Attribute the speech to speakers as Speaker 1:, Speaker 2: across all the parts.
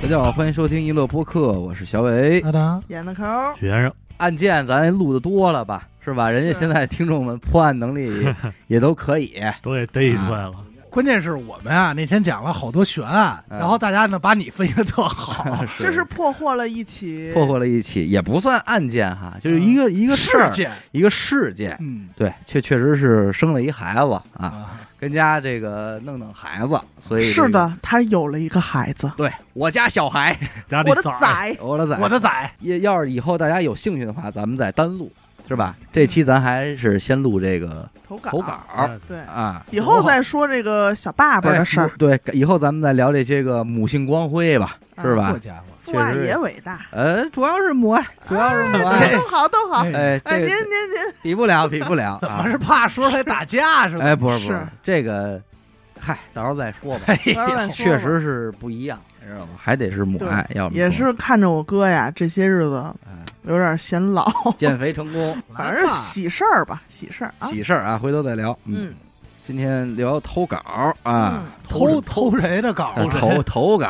Speaker 1: 大家好，欢迎收听娱乐播客，我是小 伟。
Speaker 2: 阿达，
Speaker 3: 演的抠，
Speaker 4: 许先生，
Speaker 1: 案件咱录的多了吧，是吧？人家
Speaker 3: 是
Speaker 1: 现在听众们破案能力也也都可以。
Speaker 4: 都给逮出来了，
Speaker 2: 关键是我们啊那天讲了好多悬案，
Speaker 1: 嗯
Speaker 2: 然后大家呢把你分析的特好，
Speaker 3: 这是破获了一起
Speaker 1: 破获了一起，也不算案件哈， 就是一个一个事
Speaker 2: 事
Speaker 1: 儿，
Speaker 2: 件，
Speaker 1: 一个事件。
Speaker 2: 嗯
Speaker 1: 对，确确实是生了一孩子啊，
Speaker 2: 啊，
Speaker 1: 跟家这个弄弄孩子，所以这
Speaker 3: 是
Speaker 1: 个。
Speaker 3: 的，他有了一个孩子，
Speaker 1: 对我家小孩，
Speaker 4: 家里
Speaker 3: 我的
Speaker 4: 崽儿
Speaker 3: 崽，
Speaker 1: 我的崽，
Speaker 2: 嗯我的仔，
Speaker 1: 也要是以后大家有兴趣的话，咱们再单录，是吧？这期咱还是先录这个
Speaker 3: 投稿，
Speaker 1: 投
Speaker 4: 哎
Speaker 1: 稿
Speaker 3: 对，
Speaker 1: 啊，
Speaker 3: 以后再说这个小爸爸的事儿
Speaker 1: 哎。对，以后咱们再聊这些个母性光辉吧，
Speaker 3: 啊
Speaker 1: 是吧
Speaker 2: 这？家伙，
Speaker 3: 父爱
Speaker 1: 确实
Speaker 3: 也伟大，哎
Speaker 1: 呃，主要是母爱，主要是母爱。
Speaker 3: 都好都好。
Speaker 1: 哎，
Speaker 3: 啊
Speaker 1: 这
Speaker 3: 哎，
Speaker 1: 个
Speaker 3: 您您您，
Speaker 1: 比不了，比不了。
Speaker 2: 怎
Speaker 1: 啊
Speaker 2: 么是怕说出来打架 是吧？
Speaker 1: 哎，不是不
Speaker 3: 是
Speaker 1: 这个，嗨，到时候再说 吧。
Speaker 2: 哎
Speaker 3: 到时候再说
Speaker 1: 哎确
Speaker 3: 吧
Speaker 1: 实是不一样，知道吗？还得是母爱，要不
Speaker 3: 也
Speaker 1: 说
Speaker 3: 是看着我哥呀，这些日子
Speaker 1: 哎
Speaker 3: 有点显老，
Speaker 1: 减肥成功，
Speaker 3: 反正喜事儿吧，喜事 儿啊。
Speaker 1: 喜事儿啊，回头再聊。嗯，
Speaker 3: 嗯，
Speaker 1: 今天聊投稿啊
Speaker 3: 嗯，
Speaker 2: 偷偷谁的稿
Speaker 1: 呃
Speaker 2: 子，
Speaker 1: 投投稿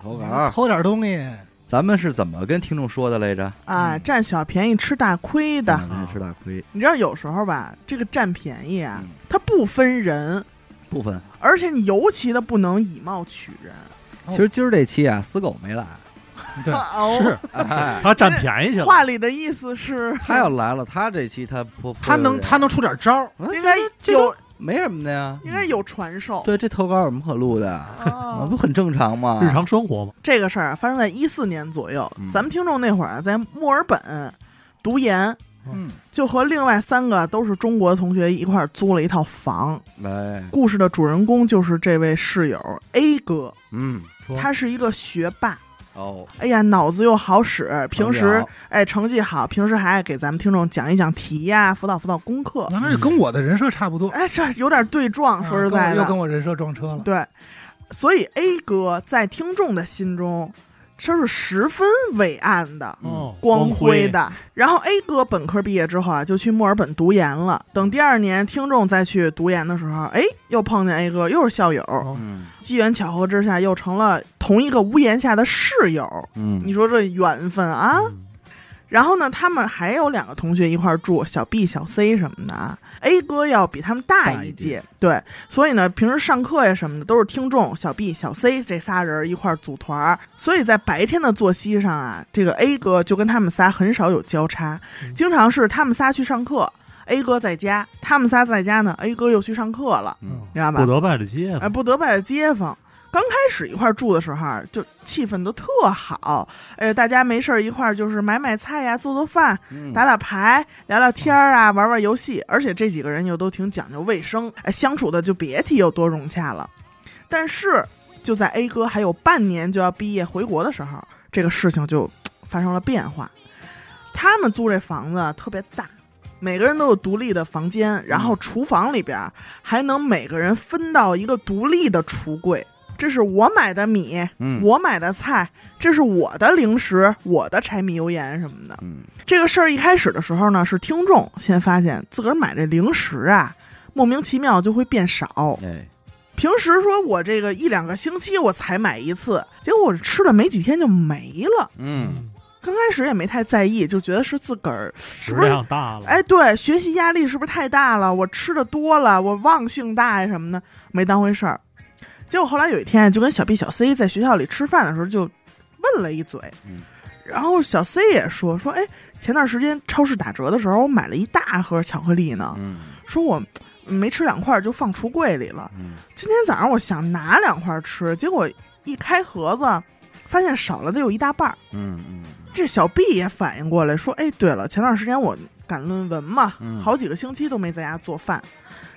Speaker 1: 投
Speaker 3: 嗯
Speaker 1: 稿，
Speaker 2: 偷点东西，
Speaker 1: 咱们是怎么跟听众说的来着？
Speaker 3: 啊，占小便宜吃大亏的，
Speaker 1: 嗯咱吃大亏，
Speaker 3: 你知道有时候吧，这个占便宜啊
Speaker 1: 嗯，
Speaker 3: 它不分人，
Speaker 1: 不分。
Speaker 3: 而且你尤其的不能以貌取人。
Speaker 1: 其实今儿这期啊，死狗没 来，
Speaker 2: 对，
Speaker 3: 哦
Speaker 4: 是
Speaker 1: 哎
Speaker 4: 他占便宜去了，
Speaker 3: 话里的意思是，
Speaker 1: 他要来了，他这期他不，
Speaker 2: 他能他能出点招儿，
Speaker 1: 能
Speaker 3: 应该
Speaker 1: 这
Speaker 3: 有
Speaker 1: 都没什么的呀。
Speaker 3: 应该有传授。
Speaker 1: 对，这投稿有什么可录的？啊，
Speaker 3: 哦
Speaker 1: 不很正常吗？
Speaker 4: 日常生活嘛，
Speaker 3: 这个事儿啊发生在一四年左右
Speaker 1: 嗯，
Speaker 3: 咱们听众那会儿啊在墨尔本读研，
Speaker 2: 嗯，
Speaker 3: 就和另外三个都是中国同学一块儿租了一套房。
Speaker 1: 来，
Speaker 3: 故事的主人公就是这位室友 A 哥，
Speaker 1: 嗯，
Speaker 4: 说
Speaker 3: 他是一个学霸，
Speaker 1: 哦，
Speaker 3: 哎呀，脑子又好使，平时
Speaker 1: 好
Speaker 3: 哎成绩好，平时还爱给咱们听众讲一讲题呀、辅导辅导功课。
Speaker 2: 那就跟我的人设差不多，
Speaker 3: 哎，这有点对撞，说实
Speaker 2: 啊跟我
Speaker 3: 在的，
Speaker 2: 又跟我人设撞车了，
Speaker 3: 对，所以 A 哥在听众的心中，他是十分伟岸的。
Speaker 1: 嗯
Speaker 4: 哦
Speaker 3: 光辉
Speaker 4: 辉，
Speaker 3: 的，然后 A 哥本科毕业之后啊，就去墨尔本读研了。等第二年听众再去读研的时候，哎，又碰见 A 哥，又是校友，
Speaker 1: 嗯
Speaker 3: 机缘巧合之下又成了同一个屋檐下的室友。
Speaker 1: 嗯，
Speaker 3: 你说这缘分啊！
Speaker 4: 嗯
Speaker 3: 然后呢，他们还有两个同学一块儿住，小 B、小 C 什么的啊。A 哥要比他们大
Speaker 1: 大一
Speaker 3: 一届，对，所以呢，平时上课呀什么的都是听众小 B、小 C 这仨人一块儿组团儿，所以在白天的作息上啊，这个 A 哥就跟他们仨很少有交叉，
Speaker 4: 嗯
Speaker 3: 经常是他们仨去上课，A 哥在家，他们仨在家呢，A 哥又去上课了，
Speaker 1: 嗯
Speaker 3: 你知道吧
Speaker 4: 不？得败的街
Speaker 3: 哎，
Speaker 4: 坊，
Speaker 3: 不得拜的街坊。刚开始一块儿住的时候啊，就气氛都特好，哎，大家没事儿一块儿就是买买菜呀、做做饭，
Speaker 1: 嗯
Speaker 3: 打打牌、聊聊天儿啊，玩玩游戏，而且这几个人又都挺讲究卫生，哎，相处的就别提有多融洽了。但是就在 A 哥还有半年就要毕业回国的时候，这个事情就嘖发生了变化。他们租这房子特别大，每个人都有独立的房间，
Speaker 1: 嗯
Speaker 3: 然后厨房里边儿还能每个人分到一个独立的橱柜。这是我买的米，
Speaker 1: 嗯
Speaker 3: 我买的菜，这是我的零食，我的柴米油盐什么的。
Speaker 1: 嗯
Speaker 3: 这个事儿一开始的时候呢，是听众先发现自个儿买这零食啊，莫名其妙就会变少。
Speaker 1: 哎，
Speaker 3: 平时说我这个一两个星期我才买一次，结果我吃了没几天就没了。
Speaker 1: 嗯，
Speaker 3: 刚开始也没太在意，就觉得是自个儿，
Speaker 4: 食
Speaker 3: 不是
Speaker 4: 量大
Speaker 1: 嗯
Speaker 4: 了，
Speaker 3: 哎，对，学习压力是不是太大了？我吃的多了，我忘性大哎呀什么的，没当回事儿。结果后来有一天，就跟小 B、小 C 在学校里吃饭的时候，就问了一嘴，
Speaker 1: 嗯
Speaker 3: 然后小 C 也说说，哎，前段时间超市打折的时候，我买了一大盒巧克力呢，
Speaker 1: 嗯
Speaker 3: 说我嗯没吃两块就放橱柜里了。
Speaker 1: 嗯，
Speaker 3: 今天早上我想拿两块吃，结果一开盒子，发现少了得有一大半儿。
Speaker 1: 嗯嗯
Speaker 3: 这小 B 也反应过来说，哎，对了，前段时间我赶论文嘛
Speaker 1: 嗯，
Speaker 3: 好几个星期都没在家做饭，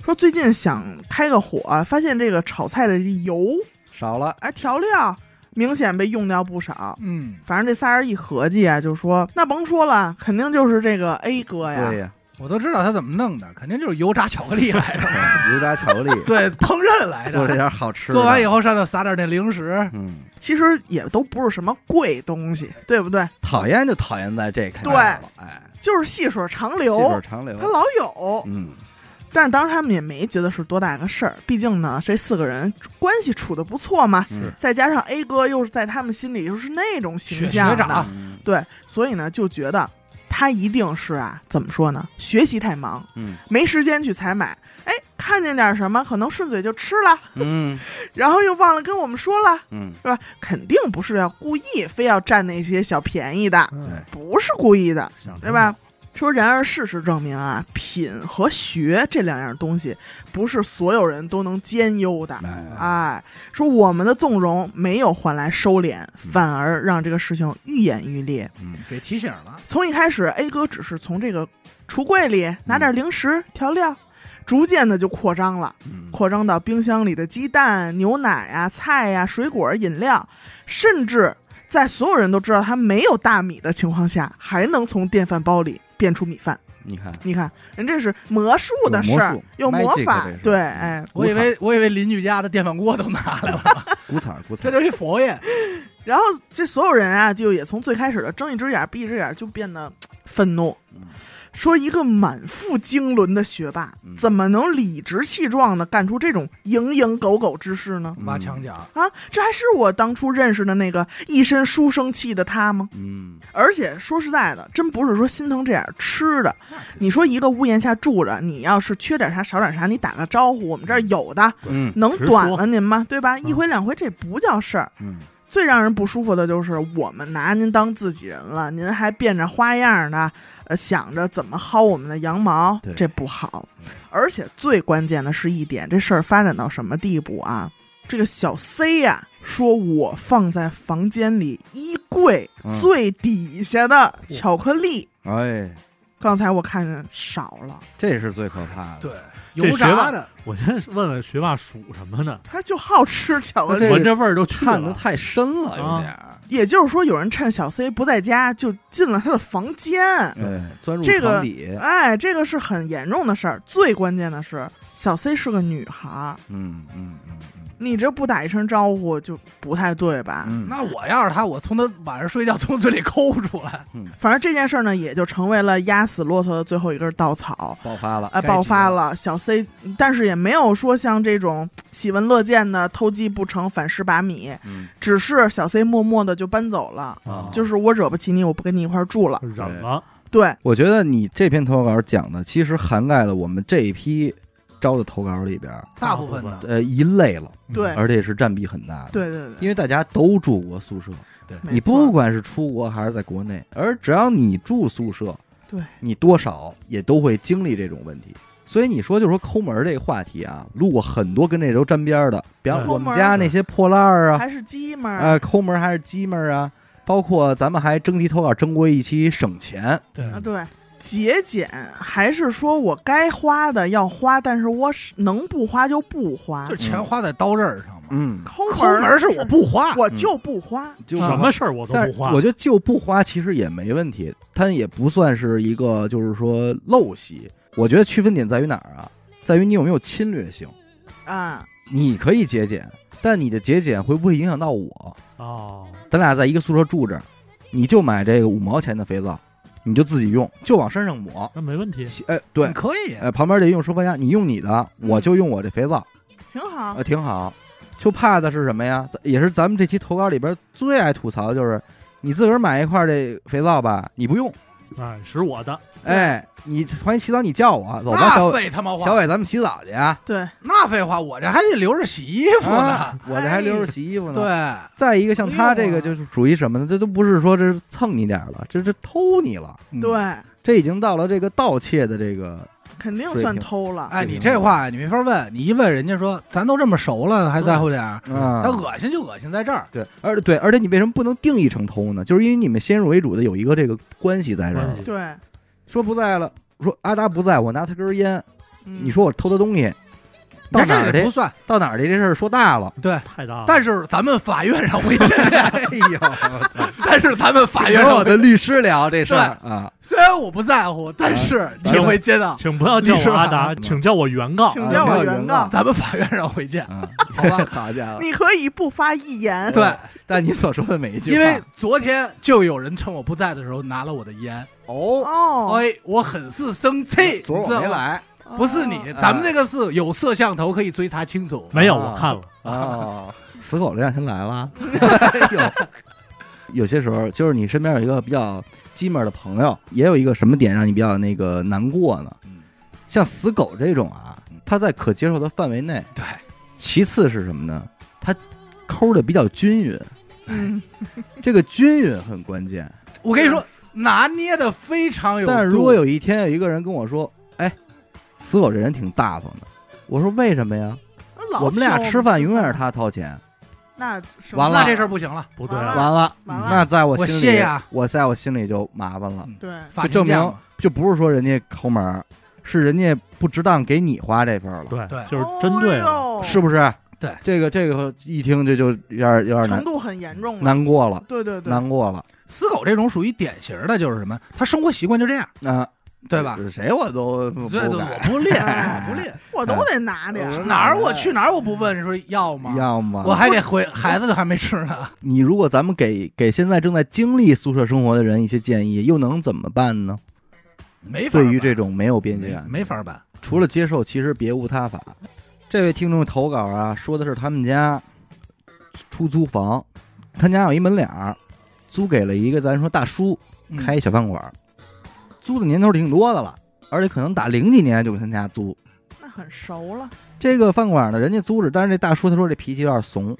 Speaker 3: 说最近想开个火，发现这个炒菜的油
Speaker 1: 少了，
Speaker 3: 哎调料明显被用掉不少。
Speaker 2: 嗯，
Speaker 3: 反正这仨人一合计啊，就说那甭说了，肯定就是这个 A 哥哎呀
Speaker 1: 对。呀，
Speaker 2: 我都知道他怎么弄的，肯定就是油炸巧克力来的，
Speaker 1: 油炸巧克力，
Speaker 2: 对，烹饪来
Speaker 1: 做这
Speaker 2: 的，
Speaker 1: 点好吃，
Speaker 2: 做完以
Speaker 1: 后，
Speaker 2: 后上头撒点那零食，
Speaker 1: 嗯。
Speaker 3: 其实也都不是什么贵东西，对不对？
Speaker 1: 讨厌就讨厌在这开头
Speaker 3: 对
Speaker 1: 了，哎，
Speaker 3: 就是细水长
Speaker 1: 细水
Speaker 3: 流，
Speaker 1: 长
Speaker 3: 他
Speaker 1: 流，
Speaker 3: 老有。
Speaker 1: 嗯，
Speaker 3: 但是当时他们也没觉得是多大个事儿，毕竟呢，这四个人关系处的不错嘛，
Speaker 1: 是
Speaker 3: 再加上 A 哥又是在他们心里又是那种形
Speaker 2: 学
Speaker 3: 象
Speaker 2: 学
Speaker 3: 的，
Speaker 2: 长啊
Speaker 1: 嗯
Speaker 3: 对，所以呢就觉得他一定是啊，怎么说呢，学习太忙，
Speaker 1: 嗯
Speaker 3: 没时间去采买，哎，看见点什么可能顺嘴就吃了，
Speaker 1: 嗯
Speaker 3: 然后又忘了跟我们说了，
Speaker 1: 嗯，
Speaker 3: 是吧？肯定不是要故意非要占那些小便宜的，
Speaker 4: 嗯
Speaker 1: 对
Speaker 3: 不是故意的，
Speaker 4: 想
Speaker 3: 对吧？？
Speaker 2: 嗯
Speaker 3: 说，然而事实证明啊，品和学这两样东西不是所有人都能兼优的。
Speaker 1: 哎，
Speaker 3: 哎，说我们的纵容没有换来收敛，反而让这个事情愈演愈烈。
Speaker 1: 嗯
Speaker 2: 给提醒了，
Speaker 3: 从一开始，A 哥只是从这个橱柜里拿点零食、调料，逐渐的就扩张了，
Speaker 1: 嗯
Speaker 3: 扩张到冰箱里的鸡蛋、牛奶啊、菜呀、水果、饮料，甚至在所有人都知道他没有大米的情况下，还能从电饭煲里变出米饭。
Speaker 1: 你看，
Speaker 3: 你看，人这是魔术的事
Speaker 1: 有魔
Speaker 3: 儿
Speaker 1: 术，
Speaker 3: 有魔
Speaker 1: magic
Speaker 3: 法
Speaker 1: 这是，嗯
Speaker 3: 对，哎，
Speaker 2: 我以为我以为邻居家的电饭锅都拿来了，
Speaker 1: 鼓掌鼓
Speaker 2: 这
Speaker 1: 掌，
Speaker 2: 就是一佛爷，
Speaker 3: 然后这所有人啊，就也从最开始的睁一只眼闭一只眼，就变得嘖愤怒
Speaker 1: 嗯，
Speaker 3: 说一个满腹经纶的学霸
Speaker 1: 嗯，
Speaker 3: 怎么能理直气壮的干出这种蝇营狗苟之事呢？
Speaker 1: 嗯
Speaker 2: 挖墙角，
Speaker 3: 啊，这还是我当初认识的那个一身书生气的他吗？
Speaker 1: 嗯，
Speaker 3: 而且说实在的，真不是说心疼这点吃的。你说一个屋檐下住着，你要是缺点啥少点啥，你打个招呼，我们这儿有的，
Speaker 1: 嗯
Speaker 3: 能
Speaker 4: 直
Speaker 3: 短
Speaker 4: 说
Speaker 3: 了您吗？对吧？一回两回这不叫事儿。
Speaker 1: 嗯
Speaker 3: 最让人不舒服的就是我们拿您当自己人了，您还变着花样的，呃，想着怎么薅我们的羊毛
Speaker 1: 对，嗯
Speaker 3: 这不好。而且最关键的是一点，这事儿发展到什么地步啊？这个小 C 呀、说我放在房间里衣柜
Speaker 1: 嗯
Speaker 3: 最底下的巧克力，
Speaker 1: 哎，
Speaker 3: 刚才我看见少了，
Speaker 1: 这是最可怕的。
Speaker 2: 对，
Speaker 4: 这
Speaker 2: 油
Speaker 4: 学
Speaker 2: 炸
Speaker 4: 霸
Speaker 2: 的，
Speaker 4: 我先问问学霸属什么呢？
Speaker 3: 他就好吃巧克
Speaker 1: 这
Speaker 3: 力。
Speaker 1: 个
Speaker 4: 闻着味儿就去
Speaker 1: 看得
Speaker 4: 了。
Speaker 1: 太深
Speaker 3: 啊
Speaker 1: 了，有点儿，
Speaker 3: 也就是说，有人趁小 C 不在家就进了他的房间。
Speaker 1: 对，钻入
Speaker 3: 这个
Speaker 1: 床底，
Speaker 3: 哎，这个是很严重的事儿。最关键的是，小 C 是个女孩儿，
Speaker 1: 嗯嗯嗯嗯
Speaker 3: 你这不打一声招呼就不太对吧？
Speaker 1: 嗯，
Speaker 2: 那我要是他，我从他晚上睡觉从嘴里抠出来，
Speaker 3: 反正这件事儿呢，也就成为了压死骆驼的最后一根稻草。
Speaker 1: 爆发了，
Speaker 3: 啊、
Speaker 2: 该
Speaker 3: 爆发
Speaker 2: 急
Speaker 3: 了！小 C，但是也没有说像这种喜闻乐见的偷鸡不成反蚀把米，
Speaker 1: 嗯，
Speaker 3: 只是小 C 默默的就搬走了，
Speaker 1: 哦
Speaker 4: 啊
Speaker 3: 就是我惹不起你，我不跟你一块儿住了。
Speaker 4: 忍了，
Speaker 3: 对，
Speaker 1: 我觉得你这篇投稿讲的其实涵盖了我们这一批招的投稿里边儿，
Speaker 2: 大部分的
Speaker 1: 呃，一类了，
Speaker 3: 对
Speaker 1: 而且是占比很大的。，
Speaker 3: 对对对，
Speaker 1: 因为大家都住过宿舍，
Speaker 3: 没
Speaker 1: 你
Speaker 3: 错
Speaker 1: 不管是出国还是在国内，而只要你住宿舍，
Speaker 3: 对，
Speaker 1: 你多少也都会经历这种问题。所以你说，就是说抠门儿这个话题啊，录过很多跟这都沾边儿的，比方
Speaker 4: 对
Speaker 1: 我们家那些破烂儿啊，
Speaker 3: 还是鸡嘛，
Speaker 1: 啊，抠门儿还是鸡门儿啊，包括咱们还征集投稿征啊过一期省钱，
Speaker 2: 对
Speaker 4: 嗯
Speaker 3: 啊，对，节俭还是说我该花的要花，但是我是能不花就不花
Speaker 2: 就。钱花在刀刃上嘛。
Speaker 1: 嗯，
Speaker 3: 抠
Speaker 2: 抠门儿是我，不花，
Speaker 3: 我就不花。
Speaker 1: 就
Speaker 4: 什么事儿我都
Speaker 1: 但
Speaker 4: 不
Speaker 1: 是
Speaker 4: 花
Speaker 1: 我。觉得就不花其实也没问题，它也不算是一个就是说陋习。我觉得区分点在于哪儿啊？在于你有没有侵略性。
Speaker 3: 啊，
Speaker 1: 你可以节俭，但你的节俭会不会影响到我？
Speaker 4: 哦，
Speaker 1: 咱俩在一个宿舍住着，你就买这个五毛钱的肥皂，你就自己用，就往身上抹。
Speaker 4: 那没问题。
Speaker 1: 洗哎，对
Speaker 2: 你，嗯可以，啊
Speaker 1: 呃，旁边这用收发夹，你用你的，
Speaker 3: 嗯
Speaker 1: 我就用我这肥皂，
Speaker 3: 挺好
Speaker 1: 呃，。挺好。就怕的是什么呀？咱也是咱们这期投稿里边最爱吐槽的就是，你自个儿买一块这肥皂吧，你不用。
Speaker 4: 哎，是我的，
Speaker 1: 哎，你欢迎洗澡，你叫我，走吧，小
Speaker 2: 那
Speaker 1: 伟，
Speaker 2: 废他妈
Speaker 1: 小
Speaker 2: 话，
Speaker 1: 伟，咱们洗澡去 啊！
Speaker 3: 对，
Speaker 2: 那废话，我这还得留着洗衣服
Speaker 1: 啊
Speaker 2: 呢。
Speaker 1: 我这还留着洗衣服呢。
Speaker 2: 对，，哎
Speaker 1: 再一个像他这
Speaker 2: 不用
Speaker 1: 个
Speaker 2: 啊
Speaker 1: 就是属于什么呢？这都不是说这是蹭你点儿了，这是偷你了。嗯
Speaker 3: 对，
Speaker 1: 这已经到了这个盗窃的这个，
Speaker 3: 肯定
Speaker 1: 水
Speaker 3: 算
Speaker 1: 平
Speaker 3: 偷了。
Speaker 2: 哎，你这话你没法问，你一问人家说，咱都这么熟了，还在乎点儿？
Speaker 1: 啊
Speaker 2: 他，恶心就恶心在这儿，
Speaker 1: 对，而对，而且你为什么不能定义成偷呢？就是因为你们先入为主的有一个这个关系在这儿
Speaker 4: 关
Speaker 1: 了
Speaker 4: 系。
Speaker 3: 对，
Speaker 1: 说不在了，说阿达不在，我拿他根烟，
Speaker 3: 嗯
Speaker 1: 你说我偷他东西，到
Speaker 2: 你看
Speaker 1: 哪儿
Speaker 2: 这
Speaker 1: 去
Speaker 2: 不？算。
Speaker 1: 到哪儿去？这事儿说大了。
Speaker 2: 对，
Speaker 4: 太大了。
Speaker 2: 但是咱们法院上会见 面，
Speaker 1: 呦，
Speaker 2: 但是咱们法
Speaker 1: 还
Speaker 2: 院
Speaker 1: 跟
Speaker 2: 上
Speaker 1: 哎我
Speaker 2: 会，
Speaker 1: 的律师聊这事儿啊。
Speaker 2: 虽然我不在乎，但是你会见到，
Speaker 4: 请不要叫我阿达，
Speaker 1: 你是吧
Speaker 4: 请叫我原告。
Speaker 3: 请叫
Speaker 1: 啊
Speaker 3: 我
Speaker 1: 原
Speaker 3: 原
Speaker 1: 告
Speaker 3: 告。
Speaker 2: 咱们法院上会见。
Speaker 1: 啊，
Speaker 2: 好吧
Speaker 1: 好家伙！
Speaker 3: 你可以不发一言，
Speaker 1: 嗯
Speaker 2: 对，
Speaker 1: 但你所说的每一句话，
Speaker 2: 因为昨天就有人趁我不在的时候拿了我的烟，
Speaker 1: 哦，
Speaker 3: 哦，哦
Speaker 2: 哎，我很是生气，
Speaker 1: 昨儿
Speaker 2: 你知
Speaker 1: 我
Speaker 2: 道
Speaker 1: 没
Speaker 2: 吗，
Speaker 1: 来，
Speaker 2: 不是你，咱们这个是有摄像头可以追查清楚。
Speaker 4: 没有，
Speaker 1: 啊
Speaker 4: 我看了，
Speaker 1: 哦， 死狗这两天来了。哎有 有些时候，就是你身边有一个比较鸡门的朋友，也有一个什么点让你比较那个难过呢？
Speaker 2: 嗯
Speaker 1: 像死狗这种啊，他在可接受的范围内。
Speaker 2: 对，
Speaker 1: 其次是什么呢？他抠的比较均匀，
Speaker 3: 嗯，
Speaker 1: 这个均匀很关键。
Speaker 2: 我跟你说，拿捏的非常有
Speaker 1: 嗯
Speaker 2: 度。
Speaker 1: 但是如果有一天有一个人跟我说：“哎，死狗这人挺大方的。”我说：“为什么呀？
Speaker 3: 老
Speaker 1: 我们俩
Speaker 3: 请
Speaker 1: 吃饭永远是他掏钱。
Speaker 3: 那是
Speaker 1: 完了
Speaker 2: 那这事儿不行了，
Speaker 4: 不对
Speaker 3: 完
Speaker 4: 了，
Speaker 1: 完了，
Speaker 3: 完
Speaker 2: 嗯
Speaker 3: 了，
Speaker 1: 那在我
Speaker 2: 我
Speaker 1: 心里，
Speaker 2: 谢呀嗯
Speaker 1: 我在我心里就麻烦了，
Speaker 3: 对，
Speaker 2: 法庭
Speaker 1: 就证
Speaker 2: 见
Speaker 1: 明
Speaker 2: 嘛
Speaker 1: 就不是说人家抠门儿，是人家不值当给你花这份儿了，
Speaker 4: 对
Speaker 2: 对
Speaker 4: 就是针对了，
Speaker 3: 哦呦
Speaker 1: 是不是？
Speaker 2: 对
Speaker 1: 这个这个一听这就有点有点
Speaker 3: 程
Speaker 1: 难
Speaker 3: 度很严重了，
Speaker 1: 难过了，
Speaker 3: 对对对，
Speaker 1: 难过了。
Speaker 2: 死狗这种属于典型的，就是什么，他生活习惯就这样，
Speaker 1: 那、
Speaker 2: 对吧？
Speaker 1: 谁我都不
Speaker 2: 对对，
Speaker 1: 敢
Speaker 2: 我不练，
Speaker 3: 哎
Speaker 2: 我不练，
Speaker 3: 我都得拿点
Speaker 1: 嗯
Speaker 3: 儿。
Speaker 2: 哪儿我去哪儿我不问，说要吗？
Speaker 1: 要么
Speaker 2: 我还给回孩子都还没吃 呢，
Speaker 1: 你如果咱们给给现在正在经历宿舍生活的人一些建议，又能怎么办呢？
Speaker 2: 没法
Speaker 1: 对于
Speaker 2: 办
Speaker 1: 这种没有边界
Speaker 2: 没
Speaker 1: 感，
Speaker 2: 没法办。
Speaker 1: 除了接受，其实别无他法。这位听众投稿啊，说的是他们家出租房，他家有一门脸儿，租给了一个咱说大叔
Speaker 2: 嗯
Speaker 1: 开一小饭馆儿，租的年头挺多的了，而且可能打零几年就给他家租
Speaker 3: 那很熟了，
Speaker 1: 这个饭馆呢，人家租着，但是这大叔他说这脾气有点怂，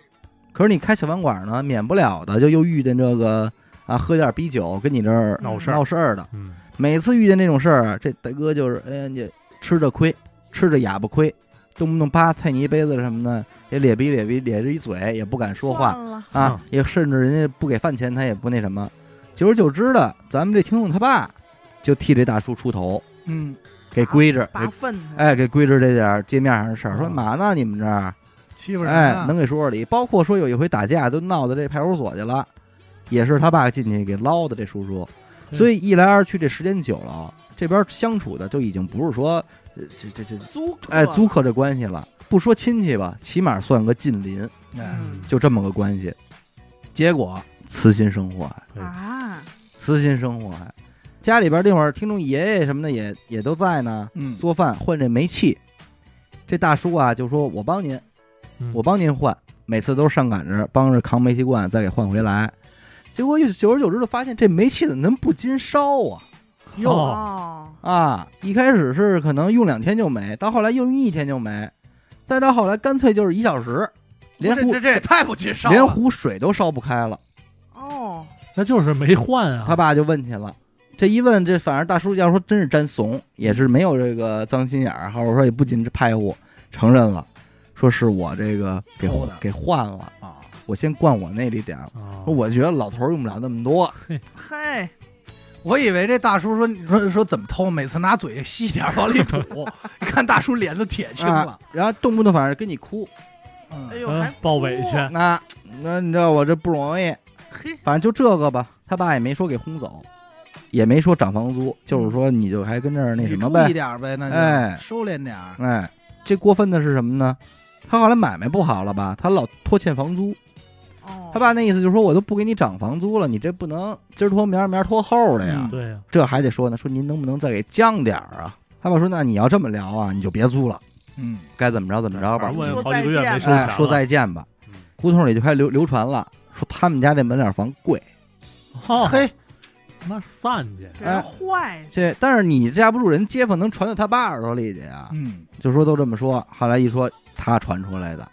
Speaker 1: 可是你开小饭馆呢，免不了的就又遇见这个啊，喝点啤酒跟你这儿
Speaker 4: 闹事儿
Speaker 1: 闹，事儿的，
Speaker 4: 嗯，
Speaker 1: 每次遇见这种事儿，啊这大哥就是哎呀，你吃着亏，吃着哑巴亏，动不动扒菜泥杯子什么的，也咧逼咧逼咧着一嘴，也不敢哎说话
Speaker 3: 算了，
Speaker 1: 啊，也甚至人家不给饭钱，他也不那什么。久而久之的，咱们这听众他爸就替这大叔出头，
Speaker 2: 嗯，
Speaker 1: 给规制，
Speaker 3: 拔
Speaker 1: 给
Speaker 3: 粪去，
Speaker 1: 哎，给规制这点儿街面上的事儿，说
Speaker 4: 嗯
Speaker 1: 嘛呢？你们这儿
Speaker 2: 欺负人
Speaker 1: 哎
Speaker 2: 啊，，
Speaker 1: 能给说说理。包括说有一回打架都闹到这派出所去了，也是他爸进去给捞的这叔叔。
Speaker 4: 嗯
Speaker 1: 所以一来二去，这时间久了，这边相处的就已经不是说呃这这这
Speaker 3: 租客
Speaker 1: 哎租客这关系了，不说亲戚吧，起码算个近邻，
Speaker 2: 哎
Speaker 3: 嗯
Speaker 1: 就这么个关系。结果慈心生祸害，哎
Speaker 3: 啊，
Speaker 1: 慈心生祸害。家里边那会儿，听众爷爷什么的也也都在呢，
Speaker 2: 嗯，
Speaker 1: 做饭换这煤气。这大叔啊，就说我帮您，
Speaker 4: 嗯
Speaker 1: 我帮您换，每次都是上赶着帮着扛煤气罐，再给换回来。结果又久而久之就发现这煤气怎么那么不经烧啊
Speaker 4: 哟
Speaker 3: 哦，
Speaker 1: 啊！一开始是可能用两天就没，到后来用一天就没，再到后来干脆就是一小时，连
Speaker 2: 这
Speaker 1: 壶
Speaker 2: 这这啊也太不谨慎
Speaker 1: 连
Speaker 2: 了。
Speaker 1: 壶水都烧不开了。
Speaker 3: 哦，
Speaker 4: 那就是没换啊，
Speaker 1: 他爸就问去了，这一问这反而大叔要说真是沾怂，也是没有这个脏心眼儿，或者说也不禁拍乎，承认了，说是我这个给
Speaker 2: 偷的
Speaker 1: 给换了，
Speaker 2: 啊，
Speaker 1: 我先灌我那里点儿。
Speaker 4: 啊
Speaker 1: 我觉得老头儿用不了那么 多，
Speaker 3: 嘿，
Speaker 2: 我以为这大叔说你说说怎么偷，每次拿嘴吸点儿往 里吐，你看大叔脸都铁青了
Speaker 1: 啊。然后动不动反正跟你 哭，
Speaker 2: 嗯
Speaker 3: 哎呦，还
Speaker 4: 嗯抱委
Speaker 3: 哭
Speaker 4: 屈，
Speaker 1: 那那你知道我这不容易，
Speaker 2: 嘿，
Speaker 1: 反正就这个吧。他爸也没说给轰走，也没说涨房租，就是说你就还跟这儿那什么
Speaker 2: 你注意
Speaker 1: 呗。
Speaker 2: 点儿呗，那就
Speaker 1: 哎
Speaker 2: 收敛点儿。
Speaker 1: 哎，这过分的是什么呢？他后来买卖不好了吧？他老拖欠房租，
Speaker 3: 哦，
Speaker 1: 他爸那意思就是说我都不给你涨房租了，你这不能今儿拖明儿明儿拖后的呀。
Speaker 2: 嗯
Speaker 4: 对呀，
Speaker 1: 这还得说呢，说您能不能再给降点儿啊？他爸说那你要这么聊啊，你就别租了，
Speaker 2: 嗯，
Speaker 1: 该怎么着怎么着吧
Speaker 4: 反。正我
Speaker 3: 说
Speaker 4: 也好
Speaker 3: 再
Speaker 4: 几个月
Speaker 3: 见吧
Speaker 4: 没收
Speaker 1: 哎
Speaker 4: 钱，了，
Speaker 1: 说再见吧。
Speaker 4: 嗯
Speaker 1: 胡同里就开始流流传了，说他们家这门脸房贵。
Speaker 4: 哦
Speaker 2: 嘿，
Speaker 4: 妈散去，
Speaker 3: 给
Speaker 1: 哎
Speaker 3: 人坏 去，
Speaker 1: 这但是你架不住人街坊能传到他爸耳朵里去啊，
Speaker 2: 嗯，
Speaker 1: 就说都这么说。后来一说他传出来的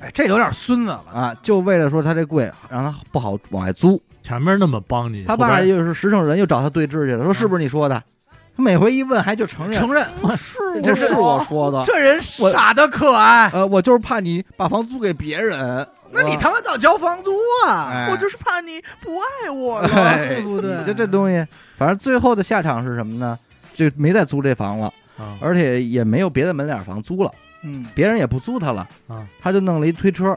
Speaker 2: 哎，这有点孙子了。
Speaker 1: 啊，就为了说他这贵，让他不好往外租。
Speaker 4: 前面那么帮你，
Speaker 1: 他
Speaker 4: 后
Speaker 1: 爸
Speaker 4: 边
Speaker 1: 又是实诚人，又找他对质去了，说是不是你说
Speaker 4: 嗯
Speaker 1: 的？他每回一问还就承认，啊
Speaker 2: 承认，
Speaker 3: 不是
Speaker 1: 这是我
Speaker 3: 我，
Speaker 1: 说的。
Speaker 2: 这人傻的可爱。
Speaker 1: 呃，我就是怕你把房租给别人，
Speaker 2: 那你他妈倒交房租啊？
Speaker 1: 哎
Speaker 3: 我就是怕你不爱我了，
Speaker 1: 哎
Speaker 2: 对不对
Speaker 1: 你这这东西，反正最后的下场是什么呢？就没再租这房了，
Speaker 4: 啊
Speaker 1: 而且也没有别的门脸房租了，
Speaker 2: 嗯，
Speaker 1: 别人也不租他了。
Speaker 4: 啊，
Speaker 1: 他就弄了一推车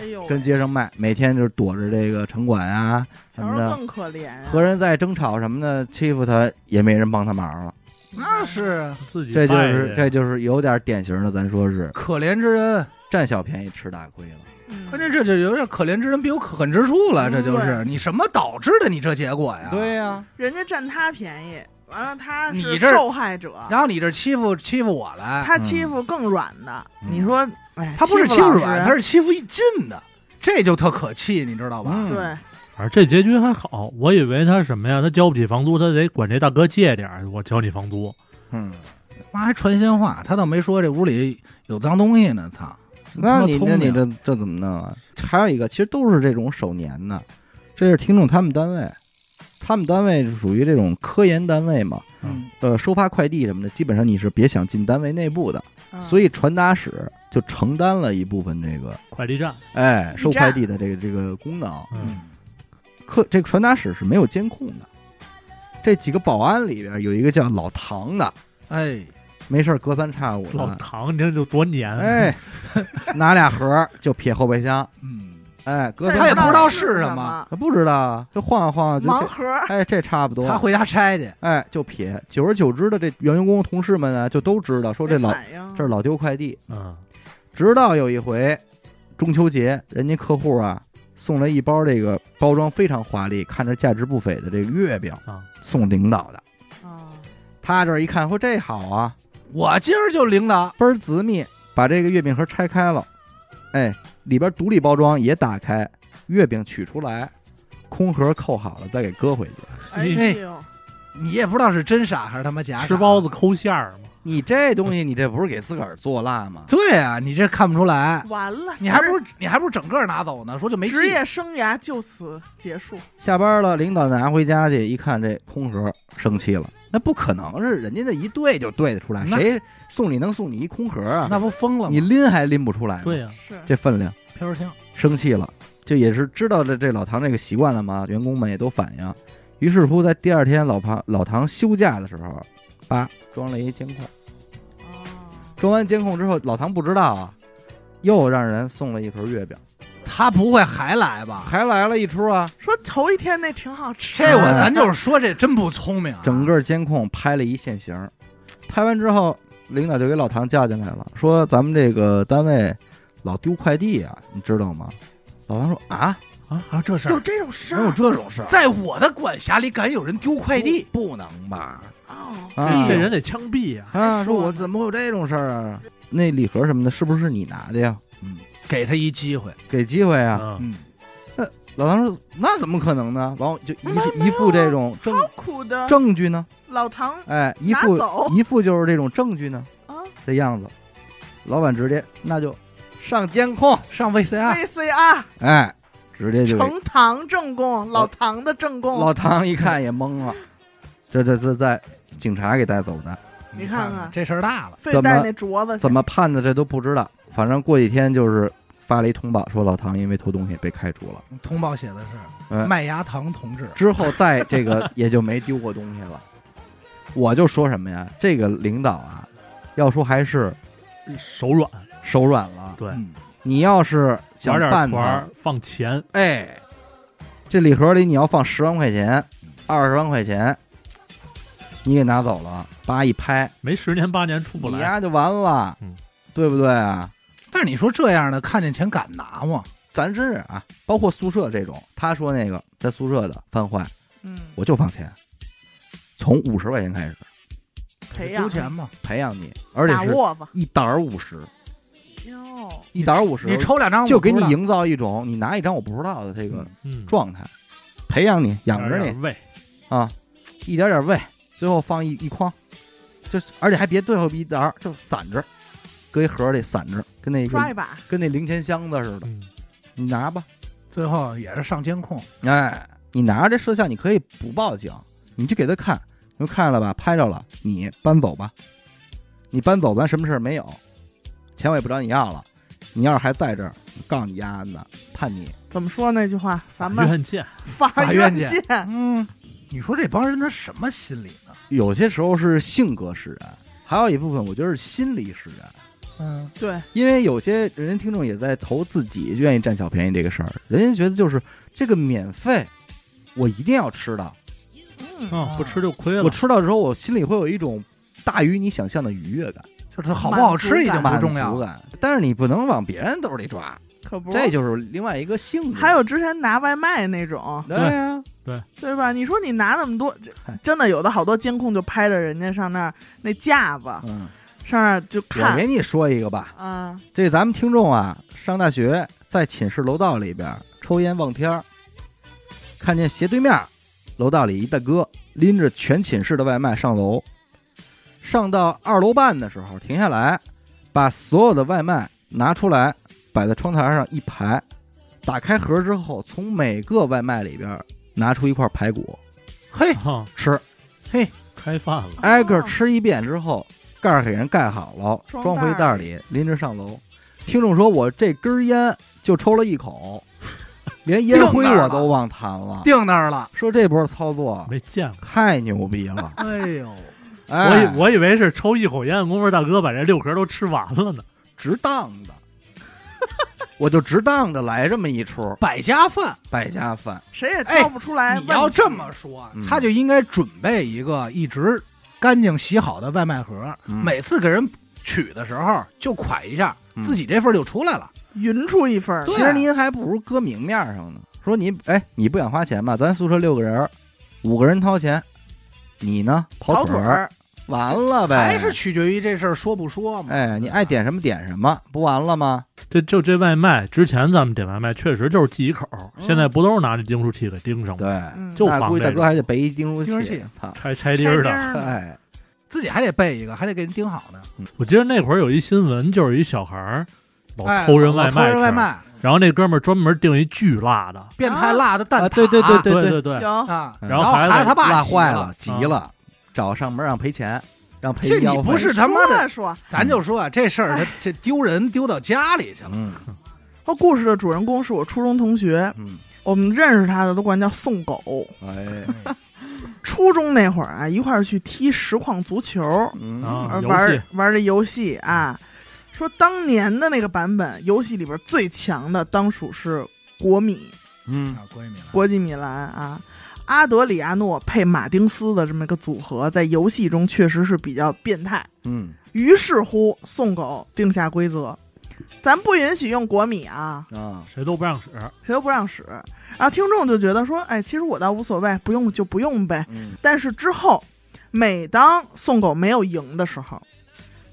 Speaker 3: 哎呦，
Speaker 1: 跟街上卖，每天就是躲着这个城管啊，
Speaker 3: 小时候更可怜啊，
Speaker 1: 和人在争吵什么的，欺负他也没人帮他忙了。
Speaker 2: 那是啊
Speaker 4: 自己
Speaker 1: 这就
Speaker 4: 带
Speaker 1: 是
Speaker 4: 去
Speaker 1: 这就是有点典型的，咱说是
Speaker 2: 可怜之人。
Speaker 1: 占小便宜吃大亏了。
Speaker 3: 嗯，
Speaker 2: 关键这就有点可怜之人必有可恨
Speaker 1: 啊
Speaker 2: 之处了，这就是你什么导致的你这结果呀？，
Speaker 1: 呀、
Speaker 3: 人家占他便宜，完了他
Speaker 2: 你
Speaker 3: 是
Speaker 2: 这
Speaker 3: 受害者，
Speaker 2: 然后你这欺负欺负我来，
Speaker 3: 他欺负更软的。
Speaker 1: 嗯
Speaker 3: 你说，哎，
Speaker 2: 他不是欺
Speaker 3: 欺
Speaker 2: 负
Speaker 3: 老
Speaker 2: 软，
Speaker 3: 实
Speaker 2: 他是欺负一近的，这就特可气，你知道吧？
Speaker 1: 嗯
Speaker 3: 对，
Speaker 4: 反正这结局还好，我以为他什么呀？他交不起房租，他得管这大哥借点儿，我交你房租。
Speaker 1: 嗯，
Speaker 2: 妈还传闲话，他倒没说这屋里有脏东西呢，操！
Speaker 1: 那你
Speaker 2: 这么
Speaker 1: 那
Speaker 2: 聪
Speaker 1: 你
Speaker 2: 明
Speaker 1: 这这怎么弄啊？还有一个，其实都是这种手年的，这是听众他们单位，他们单位是属于这种科研单位嘛，
Speaker 2: 嗯
Speaker 1: 呃，收发快递什么的，基本上你是别想进单位内部的，
Speaker 3: 嗯
Speaker 1: 所以传达室就承担了一部分这个，
Speaker 4: 快递站，
Speaker 1: 哎，
Speaker 3: 驿
Speaker 1: 收
Speaker 3: 站
Speaker 1: 快递的这个这个功能。
Speaker 4: 嗯，
Speaker 1: 科这个传达室是没有监控的，这几个保安里边有一个叫老唐的，
Speaker 2: 哎，
Speaker 1: 没事儿隔三差五
Speaker 4: 老
Speaker 1: 的，
Speaker 4: 唐，你这就多黏。啊
Speaker 1: 哎， 拿俩盒儿就撇后备箱，
Speaker 2: 嗯，
Speaker 1: 哎，隔
Speaker 3: 但
Speaker 1: 三
Speaker 2: 他也不
Speaker 1: 差
Speaker 2: 知
Speaker 1: 五
Speaker 2: 道是
Speaker 3: 是
Speaker 2: 什么
Speaker 3: 么，
Speaker 1: 他不知道啊，就晃啊晃啊，就
Speaker 3: 盲
Speaker 1: 这
Speaker 3: 盒儿
Speaker 1: 哎，这差不多。
Speaker 2: 他回家拆去，
Speaker 1: 哎，就撇。久而久之的，这员工同事们啊，就都知道说这老
Speaker 3: 没反应
Speaker 1: 这是老丢快递。
Speaker 4: 嗯，
Speaker 1: 直到有一回中秋节，人家客户啊送来一包这个包装非常华丽、看着价值不菲的这个月饼
Speaker 4: 啊，
Speaker 1: 送领导的。
Speaker 3: 啊
Speaker 1: 他这儿一看，说这好啊，
Speaker 2: 我今儿就领导，
Speaker 1: 倍儿滋密，把这个月饼盒拆开了，哎，里边独立包装也打开，月饼取出来，空盒扣好了再给搁回去。
Speaker 3: 哎
Speaker 2: 哎
Speaker 3: 呦，
Speaker 2: 你也不知道是真傻还是他妈假傻。
Speaker 4: 吃包子，抠馅儿嘛。
Speaker 1: 你这东西，你这不是给自个儿做辣吗？
Speaker 2: 对啊，你这看不出来，
Speaker 3: 完了，
Speaker 2: 你还不
Speaker 3: 职
Speaker 2: 如你还不如整个拿走呢，说就没
Speaker 3: 职
Speaker 2: 戏
Speaker 3: 业生涯就此结束，
Speaker 1: 下班了，领导拿回家去一看这空盒，生气了。那不可能是人家那一对就对得出来，
Speaker 2: 那
Speaker 1: 谁送你能送你一空盒啊？
Speaker 2: 那不疯了吗？
Speaker 1: 你拎还拎不出来呢
Speaker 4: 对呀、
Speaker 3: 是
Speaker 1: 这分量，
Speaker 2: 飘着香，
Speaker 1: 生气了。这也是知道了这老唐这个习惯了嘛，员工们也都反映。于是乎，在第二天老庞老唐休假的时候，叭装了一监控。
Speaker 3: 哦
Speaker 1: 装完监控之后，老唐不知道啊，又让人送了一盒月饼，
Speaker 2: 他不会还来吧？
Speaker 1: 还来了一出啊。
Speaker 3: 说头一天那挺好吃
Speaker 2: 这
Speaker 3: 的，
Speaker 2: 我咱就是说，这真不聪明啊。
Speaker 1: 整个监控拍了一现形儿，拍完之后，领导就给老唐叫进来了，说咱们这个单位老丢快递啊，你知道吗？老唐说啊，
Speaker 4: 啊，还有这事
Speaker 3: 有这种事
Speaker 1: 能有
Speaker 3: 儿
Speaker 1: 这种事儿？
Speaker 2: 在我的管辖里，敢有人丢快递？
Speaker 1: 不能吧？
Speaker 3: 哦，
Speaker 1: 啊，
Speaker 4: 这人得枪毙呀、
Speaker 1: 啊，说
Speaker 3: 还说
Speaker 1: 我
Speaker 3: 呢
Speaker 1: 怎么会有这种事儿啊？那礼盒什么的，是不是你拿的呀？
Speaker 2: 给他一机会，
Speaker 1: 给机会啊！
Speaker 4: 嗯，
Speaker 2: 嗯，
Speaker 1: 老唐说那怎么可能呢？完我就一
Speaker 3: 没有没有
Speaker 1: 一副这种证
Speaker 3: 苦的
Speaker 1: 证据呢，
Speaker 3: 老唐
Speaker 1: 哎，一
Speaker 3: 拿
Speaker 1: 副
Speaker 3: 走
Speaker 1: 一副就是这种证据呢
Speaker 3: 啊
Speaker 1: 这样子，老板直接那就上监控，
Speaker 2: 上
Speaker 1: 啊
Speaker 2: VCR，
Speaker 3: VCR
Speaker 1: 哎，直接就给
Speaker 3: 呈堂证供，
Speaker 1: 老
Speaker 3: 老唐的证供，
Speaker 1: 老唐一看也懵 了，这这是在警察给带走的，
Speaker 3: 你看看
Speaker 2: 这事儿大了，
Speaker 3: 非
Speaker 1: 怎么
Speaker 3: 带那镯子去
Speaker 1: 怎么判的这都不知道。反正过几天就是发了一通报，说老唐因为偷东西被开除了。
Speaker 2: 通报写的是
Speaker 1: 嗯
Speaker 2: 麦芽糖同志，
Speaker 1: 之后再这 个也就没丢过东西了。我就说什么呀，这个领导啊，要说还是嗯
Speaker 4: 手软，
Speaker 1: 手软了。
Speaker 4: 对，
Speaker 2: 嗯
Speaker 1: 你要是想
Speaker 4: 玩点
Speaker 1: 办
Speaker 4: 团
Speaker 1: 他，
Speaker 4: 儿，放钱，
Speaker 1: 哎，这礼盒里你要放十万块钱、二十万块钱，你给拿走了，叭一拍，
Speaker 4: 没十年八年出不
Speaker 1: 你
Speaker 4: 来。
Speaker 1: 丫就完了，
Speaker 4: 嗯
Speaker 1: 对不对啊？
Speaker 2: 但是你说这样的，看见钱敢拿吗？
Speaker 1: 咱真是啊，包括宿舍这种，他说那个在宿舍的犯坏，
Speaker 3: 嗯
Speaker 1: 我就放钱，从五十块钱开始
Speaker 3: 培
Speaker 2: 丢
Speaker 3: 养
Speaker 2: 钱吗？
Speaker 1: 培养你，而且
Speaker 3: 打
Speaker 1: 是
Speaker 3: 窝子
Speaker 1: 一沓儿五十，
Speaker 3: 哟，
Speaker 1: 一沓儿五十，
Speaker 2: 啊你抽两张，
Speaker 1: 就给你，营造一种你拿一张我不知道的这个
Speaker 4: 嗯，
Speaker 1: 状态，培养你，养着
Speaker 4: 点
Speaker 1: 你
Speaker 4: 儿喂，
Speaker 1: 啊，一点点喂，最后放一一筐，就是而且还别最后一沓儿，就散着，搁一盒里散着，跟那
Speaker 3: 抓一
Speaker 1: 个
Speaker 3: 把
Speaker 1: 跟那零钱箱子似的，
Speaker 4: 嗯，
Speaker 1: 你拿吧，
Speaker 2: 最后也是上监控，
Speaker 1: 哎，你拿着这摄像，你可以不报警，你就给他看，你说看了吧，拍着了，你搬走吧，你搬走吧，什么事儿没有，钱我也不找你要了，你要是还在这儿，我告你丫的，判你，
Speaker 3: 怎么说那句话？咱们
Speaker 4: 怨见，
Speaker 3: 法
Speaker 2: 院见
Speaker 3: 见，
Speaker 1: 嗯。
Speaker 2: 你说这帮人他什么心理呢？
Speaker 1: 有些时候是性格使然，还有一部分我觉得是心理使然。
Speaker 2: 嗯，
Speaker 3: 对，
Speaker 1: 因为有些人听众也在投自己愿意占小便宜这个事儿，人家觉得就是这个免费，我一定要吃到，
Speaker 3: 嗯，
Speaker 4: 嗯，不吃就亏了。
Speaker 1: 啊我吃到之后我心里会有一种大于你想象的愉悦感、
Speaker 2: 就是好不好吃已经不
Speaker 1: 满
Speaker 2: 重要
Speaker 1: 足
Speaker 2: 了，
Speaker 1: 感。但是你不能往别人兜里抓，
Speaker 3: 可不，
Speaker 1: 这就是另外一个性质。
Speaker 3: 还有之前拿外卖那种，
Speaker 1: 对呀、
Speaker 4: 对
Speaker 3: 对吧？你说你拿那么多
Speaker 1: 嗨，
Speaker 3: 真的有的好多监控就拍着人家上那儿那架子
Speaker 1: 嗯，
Speaker 3: 上那儿就
Speaker 1: 我
Speaker 3: 看
Speaker 1: 给你说一个吧，
Speaker 3: 啊，
Speaker 1: 这咱们听众啊，上大学在寝室楼道里边抽烟望天儿，看见斜对面楼道里一大哥拎着全寝室的外卖上楼，上到二楼半的时候停下来，把所有的外卖拿出来摆在窗台上一排，打开盒之后，从每个外卖里边拿出一块排骨
Speaker 2: 嘿，
Speaker 4: 啊，
Speaker 1: 吃，
Speaker 4: 开饭了，
Speaker 1: 挨个吃一遍之后，盖儿给人盖好了，
Speaker 3: 哦装
Speaker 1: 装回袋儿里，拎着上楼。听众说：“我这根烟就抽了一口，连烟灰我都忘弹了。
Speaker 2: 定那儿了。
Speaker 1: 说这波操作
Speaker 4: 没见过。
Speaker 1: 太牛逼了！
Speaker 2: 哎呦，
Speaker 4: 我
Speaker 1: 哎，
Speaker 4: 以我以为是抽一口烟的功夫，大哥把这六盒都吃完了呢。
Speaker 1: 值当的，我就值当的来这么一出
Speaker 2: 百家饭，
Speaker 1: 败家饭。
Speaker 3: 谁也挑不出来。
Speaker 2: 你
Speaker 3: 哎问
Speaker 2: 要
Speaker 3: 题
Speaker 2: 这么说啊
Speaker 1: 嗯，
Speaker 2: 他就应该准备一个一直干净洗好的外卖盒，
Speaker 1: 嗯
Speaker 2: 每次给人取的时候就蒯一下
Speaker 1: 嗯，
Speaker 2: 自己这份就出来了。
Speaker 3: 匀出一份儿
Speaker 2: 对
Speaker 1: 其实您还不如搁明面上呢，说你哎，你不想花钱吧？咱宿舍六个人儿，五个人掏钱，你呢跑
Speaker 3: 跑
Speaker 1: 腿
Speaker 3: 腿
Speaker 1: 儿，
Speaker 3: 儿，
Speaker 1: 完了呗，
Speaker 2: 还是取决于这事儿说不说
Speaker 4: 嗯
Speaker 2: 嘛。
Speaker 1: 哎，你爱点什么点什么，不完了吗？
Speaker 4: 这就这外卖，之前咱们点外卖确实就是忌一口，
Speaker 1: 嗯
Speaker 4: 现在不都是拿着订书器给钉上吗？
Speaker 1: 对，
Speaker 3: 嗯，
Speaker 4: 就
Speaker 1: 那
Speaker 4: 防
Speaker 1: 估计
Speaker 4: 这
Speaker 1: 大
Speaker 4: 个
Speaker 1: 哥还得备一钉书
Speaker 2: 钉书器
Speaker 1: 操！
Speaker 4: 拆
Speaker 3: 拆
Speaker 4: 拆钉
Speaker 3: 钉
Speaker 4: 儿
Speaker 3: 儿
Speaker 4: 的。
Speaker 3: 呢
Speaker 1: 哎，
Speaker 2: 自己还得备一个，还得给人盯好呢。
Speaker 4: 我记得那会儿有一新闻，就是一小孩儿老
Speaker 2: 哎
Speaker 4: 哦偷人外
Speaker 2: 老偷
Speaker 4: 卖
Speaker 2: 人外
Speaker 4: 吃，
Speaker 2: 卖，
Speaker 4: 然后那哥们儿专门订一巨辣的，
Speaker 2: 变态辣的蛋挞，
Speaker 1: 啊对对对
Speaker 4: 对
Speaker 1: 对
Speaker 4: 对对，
Speaker 3: 有
Speaker 2: 啊，
Speaker 1: 嗯
Speaker 2: 然
Speaker 4: 然后孩子
Speaker 2: 孩子他爸
Speaker 1: 辣
Speaker 2: 急
Speaker 1: 坏了，，急
Speaker 4: 嗯
Speaker 1: 了，找上门让赔钱，让赔
Speaker 2: 这你
Speaker 1: 医药费。
Speaker 2: 不是他妈的
Speaker 3: 说了说，
Speaker 2: 咱就说啊，这事儿
Speaker 3: 哎
Speaker 2: 他这丢人丢到家里去了。
Speaker 1: 嗯
Speaker 3: 他故事的主人公是我初中同学，
Speaker 1: 嗯，
Speaker 3: 我们认识他的都管叫宋狗。
Speaker 1: 哎，
Speaker 3: 初中那会儿啊，一块儿去踢实况足球，
Speaker 1: 嗯
Speaker 4: 啊
Speaker 3: 呃
Speaker 4: 游戏
Speaker 3: 玩玩这游戏啊。说当年的那个版本，游戏里边最强的当属是国米
Speaker 1: 嗯
Speaker 2: 啊，闺蜜了，
Speaker 3: 国际米兰啊，阿德里亚诺配马丁斯的这么一个组合，在游戏中确实是比较变态。
Speaker 1: 嗯
Speaker 3: 于是乎，送狗定下规则，咱不允许用国米啊，
Speaker 1: 啊，
Speaker 4: 谁都不让使。
Speaker 3: 谁都不让使。然后听众就觉得说，哎，其实我倒无所谓，不用就不用呗。
Speaker 1: 嗯
Speaker 3: 但是之后，每当送狗没有赢的时候，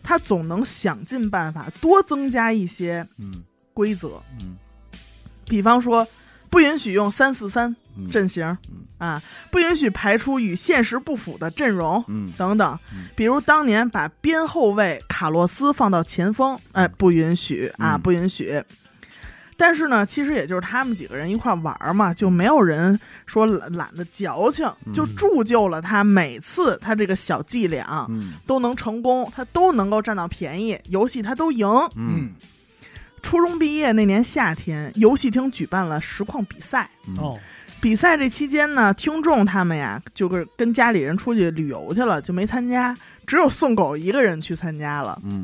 Speaker 3: 他总能想尽办法多增加一些
Speaker 1: 嗯
Speaker 3: 规则，
Speaker 1: 嗯
Speaker 3: 比方说。不允许用三四三
Speaker 1: 嗯，
Speaker 3: 阵型
Speaker 1: 嗯
Speaker 3: 啊，不允许排出与现实不符的阵容，
Speaker 1: 嗯
Speaker 3: 等等
Speaker 1: 嗯，
Speaker 3: 比如当年把边后卫卡洛斯放到前锋，哎，不允许啊，
Speaker 1: 嗯
Speaker 3: 不允许。但是呢，其实也就是他们几个人一块玩儿嘛，就没有人说懒懒得矫情，
Speaker 1: 嗯
Speaker 3: 就铸就了他每次他这个小伎俩
Speaker 1: 嗯
Speaker 3: 都能成功，他都能够占到便宜，游戏他都赢。
Speaker 1: 嗯
Speaker 3: 初中毕业那年夏天，游戏厅举办了实况比赛，
Speaker 1: 嗯
Speaker 4: 哦，
Speaker 3: 比赛这期间呢，听众他们呀，就是跟家里人出去旅游去了，就没参加，只有送狗一个人去参加了。
Speaker 1: 嗯，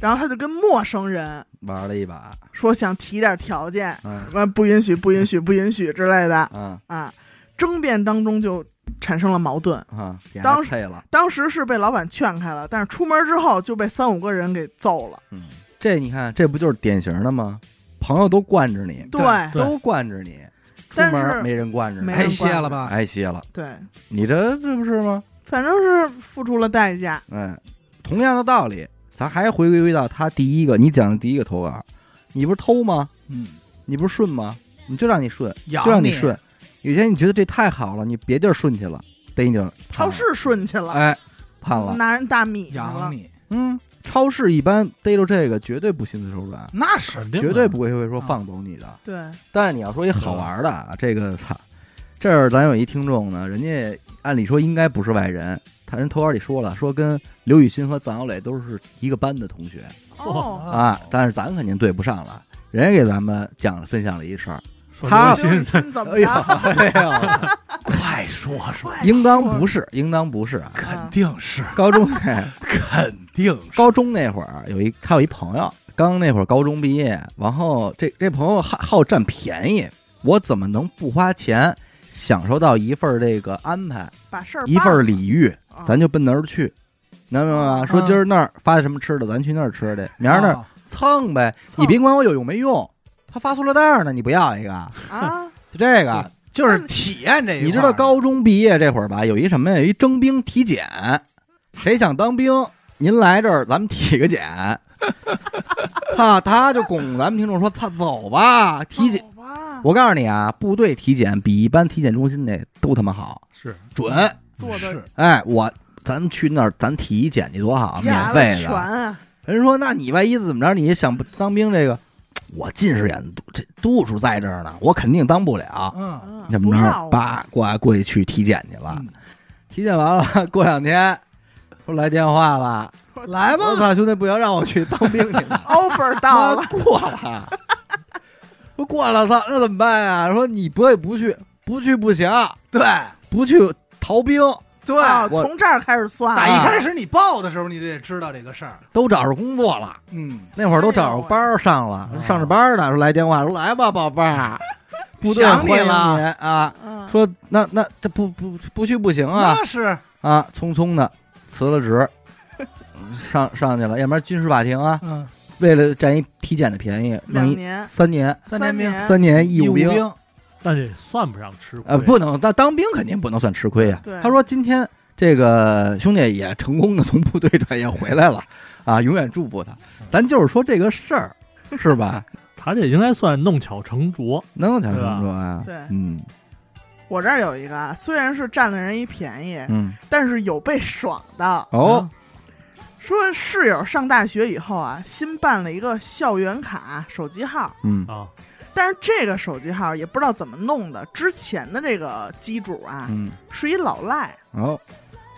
Speaker 3: 然后他就跟陌生人
Speaker 1: 玩了一把，
Speaker 3: 说想提点条件，
Speaker 1: 嗯
Speaker 3: 什么不允许、不允许、不允许之类的
Speaker 1: 啊
Speaker 3: 啊。争辩当中就产生了矛盾，
Speaker 1: 啊，给人
Speaker 3: 当时
Speaker 1: 配了，
Speaker 3: 当时是被老板劝开了，但是出门之后就被三五个人给揍了。
Speaker 1: 嗯，这你看，这不就是典型的吗？朋友都惯着你，
Speaker 3: 对，
Speaker 4: 对
Speaker 1: 都惯着你，出
Speaker 3: 但是
Speaker 1: 门没人惯着你
Speaker 3: 没，
Speaker 2: 哎，
Speaker 3: 人
Speaker 2: 谢
Speaker 3: 管
Speaker 2: 了吧？
Speaker 1: 哎，谢了，
Speaker 3: 对，
Speaker 1: 你这这不是吗？
Speaker 3: 反正是付出了代价。
Speaker 1: 嗯，同样的道理，咱还回归到他第一个你讲的第一个投稿，你不是偷吗？
Speaker 2: 嗯，
Speaker 1: 你不是顺吗？你就让你顺，
Speaker 2: 养
Speaker 1: 就让
Speaker 2: 你
Speaker 3: 啊
Speaker 1: 顺。有些你觉得这太好了，你别地儿顺去了，逮你就判了
Speaker 3: 超市顺去了，
Speaker 1: 哎判了。
Speaker 3: 拿人大米去
Speaker 2: 养
Speaker 3: 了，
Speaker 2: 你，
Speaker 1: 嗯，超市一般逮着这个绝对不心慈手软，
Speaker 2: 那是
Speaker 4: 肯定的
Speaker 1: 绝对不会会说放走你的。
Speaker 3: 对，
Speaker 1: 但是你要说一好玩的，啊，这个 操，这儿咱有一听众呢，人家按理说应该不是外人，他人投稿里说了，说跟刘雨欣和臧小磊都是一个班的同学。
Speaker 3: 哦，
Speaker 1: 啊，但是咱肯定对不上了。人家给咱们讲分享了一事儿，
Speaker 4: 说
Speaker 1: 他
Speaker 4: 多心
Speaker 3: 心怎么
Speaker 1: 哎呀，
Speaker 3: 着？
Speaker 1: 哎
Speaker 2: 快说说，
Speaker 1: 呦，应当不是，应当不是啊！
Speaker 2: 肯定是，
Speaker 1: 高中
Speaker 2: 肯定是。
Speaker 1: 高中那会儿有一他有一朋友，刚那会儿高中毕业，然后这这朋友好好占便宜，我怎么能不花钱享受到一份儿这个安排，
Speaker 3: 把事儿
Speaker 1: 一份儿礼遇？
Speaker 2: 啊
Speaker 3: 办了，啊
Speaker 1: 咱就奔那儿去，能明白吗？说今儿那儿发什么吃的，咱去那儿吃去，明儿那儿
Speaker 2: 啊
Speaker 1: 蹭呗，
Speaker 3: 蹭
Speaker 1: 你别管我有用没用，他发塑料袋儿呢，你不要一个？
Speaker 3: 啊，
Speaker 1: 就这
Speaker 4: 是
Speaker 1: 个
Speaker 2: 就是体验这一块儿
Speaker 1: 你知道高中毕业这会儿吧，有一什么呀？有一征兵体检，谁想当兵，您来这儿，咱们体个检。 啊，他就拱咱们听众说，他走吧，体
Speaker 2: 哦
Speaker 1: 检。
Speaker 3: 走吧，
Speaker 1: 我告诉你啊，部队体检比一般体检中心那都他妈好，
Speaker 4: 是
Speaker 1: 准。
Speaker 3: 做的
Speaker 2: 是
Speaker 1: 哎，我咱们去那儿，咱体检去多好啊，免
Speaker 3: 压
Speaker 1: 费
Speaker 3: 全
Speaker 1: 的。
Speaker 3: 啊，
Speaker 1: 人说，那你万一怎么着？你想不当兵这个，我近视眼度这度数在这儿呢，我肯定当不了。
Speaker 2: 嗯，
Speaker 3: 嗯
Speaker 1: 你怎
Speaker 3: 不
Speaker 1: 么
Speaker 3: 要
Speaker 1: 着？
Speaker 3: 啊。
Speaker 1: 叭，过来过去去体检去了。体检完了，过两天说来电话了，
Speaker 2: 来
Speaker 1: 我
Speaker 2: 吧，
Speaker 1: 操，兄弟，不行，让我去当兵去了
Speaker 3: ，offer 到
Speaker 1: 妈
Speaker 3: 了，
Speaker 1: 过了，说过了，操，那怎么办呀？说你不也不去，不去不行，
Speaker 2: 对
Speaker 1: 不去逃兵，
Speaker 2: 对，
Speaker 3: 啊，
Speaker 1: 我
Speaker 3: 从这儿开始算
Speaker 1: 啊
Speaker 2: 打
Speaker 3: 啊了
Speaker 2: 一开始你报的时候，你就得知道这个事儿。
Speaker 1: 都找着工作了。
Speaker 2: 嗯，
Speaker 1: 那会儿都找着班儿上了，
Speaker 4: 哎呦
Speaker 1: 上着班儿呢，说来电话，说来吧，宝贝 儿，部队
Speaker 2: 想你
Speaker 1: 欢迎
Speaker 2: 了
Speaker 1: 您啊。
Speaker 3: 嗯，
Speaker 1: 说那那这不不不去不行啊，
Speaker 2: 那是
Speaker 1: 啊，匆匆的辞了职， 上上去了，要不然军事法庭啊，
Speaker 2: 嗯，
Speaker 1: 为了占一体检的便宜，弄
Speaker 3: 两
Speaker 1: 一
Speaker 3: 年，
Speaker 1: 三年
Speaker 2: 三年兵
Speaker 1: 三年义
Speaker 2: 义
Speaker 1: 务
Speaker 2: 兵
Speaker 1: 兵，
Speaker 4: 但这算不上吃亏。
Speaker 1: 呃，不能，但当兵肯定不能算吃亏啊
Speaker 3: 对。
Speaker 1: 他说今天这个兄弟也成功的从部队转业回来了，啊，永远祝福他。咱就是说这个事儿，是吧？
Speaker 4: 他这应该算弄巧成拙。
Speaker 1: 能有讲什
Speaker 4: 对吧
Speaker 1: 么说啊？
Speaker 3: 对
Speaker 1: 嗯
Speaker 3: 我这儿有一个啊，虽然是占了人一便宜，
Speaker 1: 嗯，
Speaker 3: 但是有被爽的。
Speaker 1: 哦，
Speaker 3: 说室友上大学以后啊，新办了一个校园卡手机号，
Speaker 1: 嗯
Speaker 4: 啊，
Speaker 3: 但是这个手机号也不知道怎么弄的，之前的这个机主啊，
Speaker 1: 嗯，
Speaker 3: 是一老赖。
Speaker 1: 哦，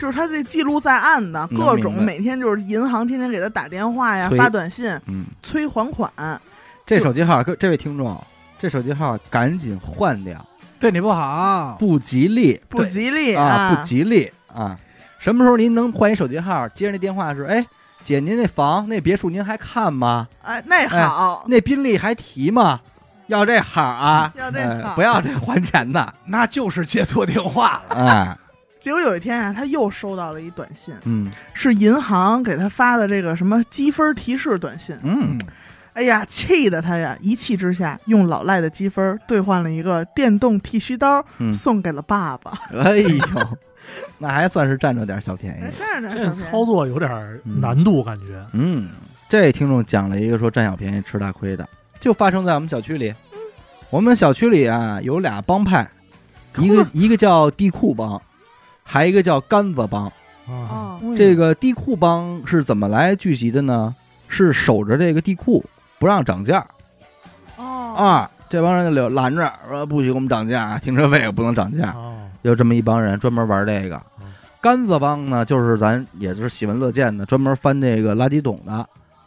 Speaker 3: 就是他这记录在案的，
Speaker 1: 能
Speaker 3: 各
Speaker 1: 明
Speaker 3: 种
Speaker 1: 白
Speaker 3: 每天就是银行天天给他打电话呀、
Speaker 1: 催
Speaker 3: 发短信
Speaker 1: 嗯，
Speaker 3: 催还款，
Speaker 1: 这
Speaker 3: 就
Speaker 1: 手机号，各这位听众，啊这手机号赶紧换掉，
Speaker 2: 对你不好，
Speaker 1: 不吉利。
Speaker 3: 不吉利
Speaker 1: 啊，不吉利啊。什么时候您能换一手机号？接着那电话是，哎，姐，您那房那别墅您还看吗？
Speaker 3: 哎，那好，
Speaker 1: 那宾利还提吗？要这号啊，
Speaker 3: 要这
Speaker 1: 哎
Speaker 3: 号
Speaker 1: 不要这还钱的。
Speaker 2: 那就是接错电话了。
Speaker 1: 哎，
Speaker 3: 结果有一天啊，他又收到了一短信，
Speaker 1: 嗯
Speaker 3: 是银行给他发的这个什么积分提示短信。
Speaker 1: 嗯，
Speaker 3: 哎呀，气得他呀，一气之下用老赖的积分兑换了一个电动剃须刀，
Speaker 1: 嗯
Speaker 3: 送给了爸爸。
Speaker 1: 哎呦，那还算是占着点小便
Speaker 3: 哎
Speaker 1: 宜。，
Speaker 3: 这样
Speaker 4: 这操作有点难度，感觉。啊
Speaker 1: 嗯，这听众讲了一个说占小便宜吃大亏的，就发生在我们小区里。我们小区里啊有俩帮派，一个一个叫地库帮，还一个叫杆子帮。
Speaker 4: 啊，
Speaker 3: 哦，
Speaker 1: 这个地库帮是怎么来聚集的呢？是守着这个地库不让涨价
Speaker 3: 哦
Speaker 1: 啊！这帮人就留拦着说不许我们涨价，停车费也不能涨价。
Speaker 4: 哦，
Speaker 1: 有这么一帮人专门玩这个
Speaker 4: 嗯。
Speaker 1: 杆子帮呢，就是咱也是喜闻乐见的，专门翻这个垃圾桶的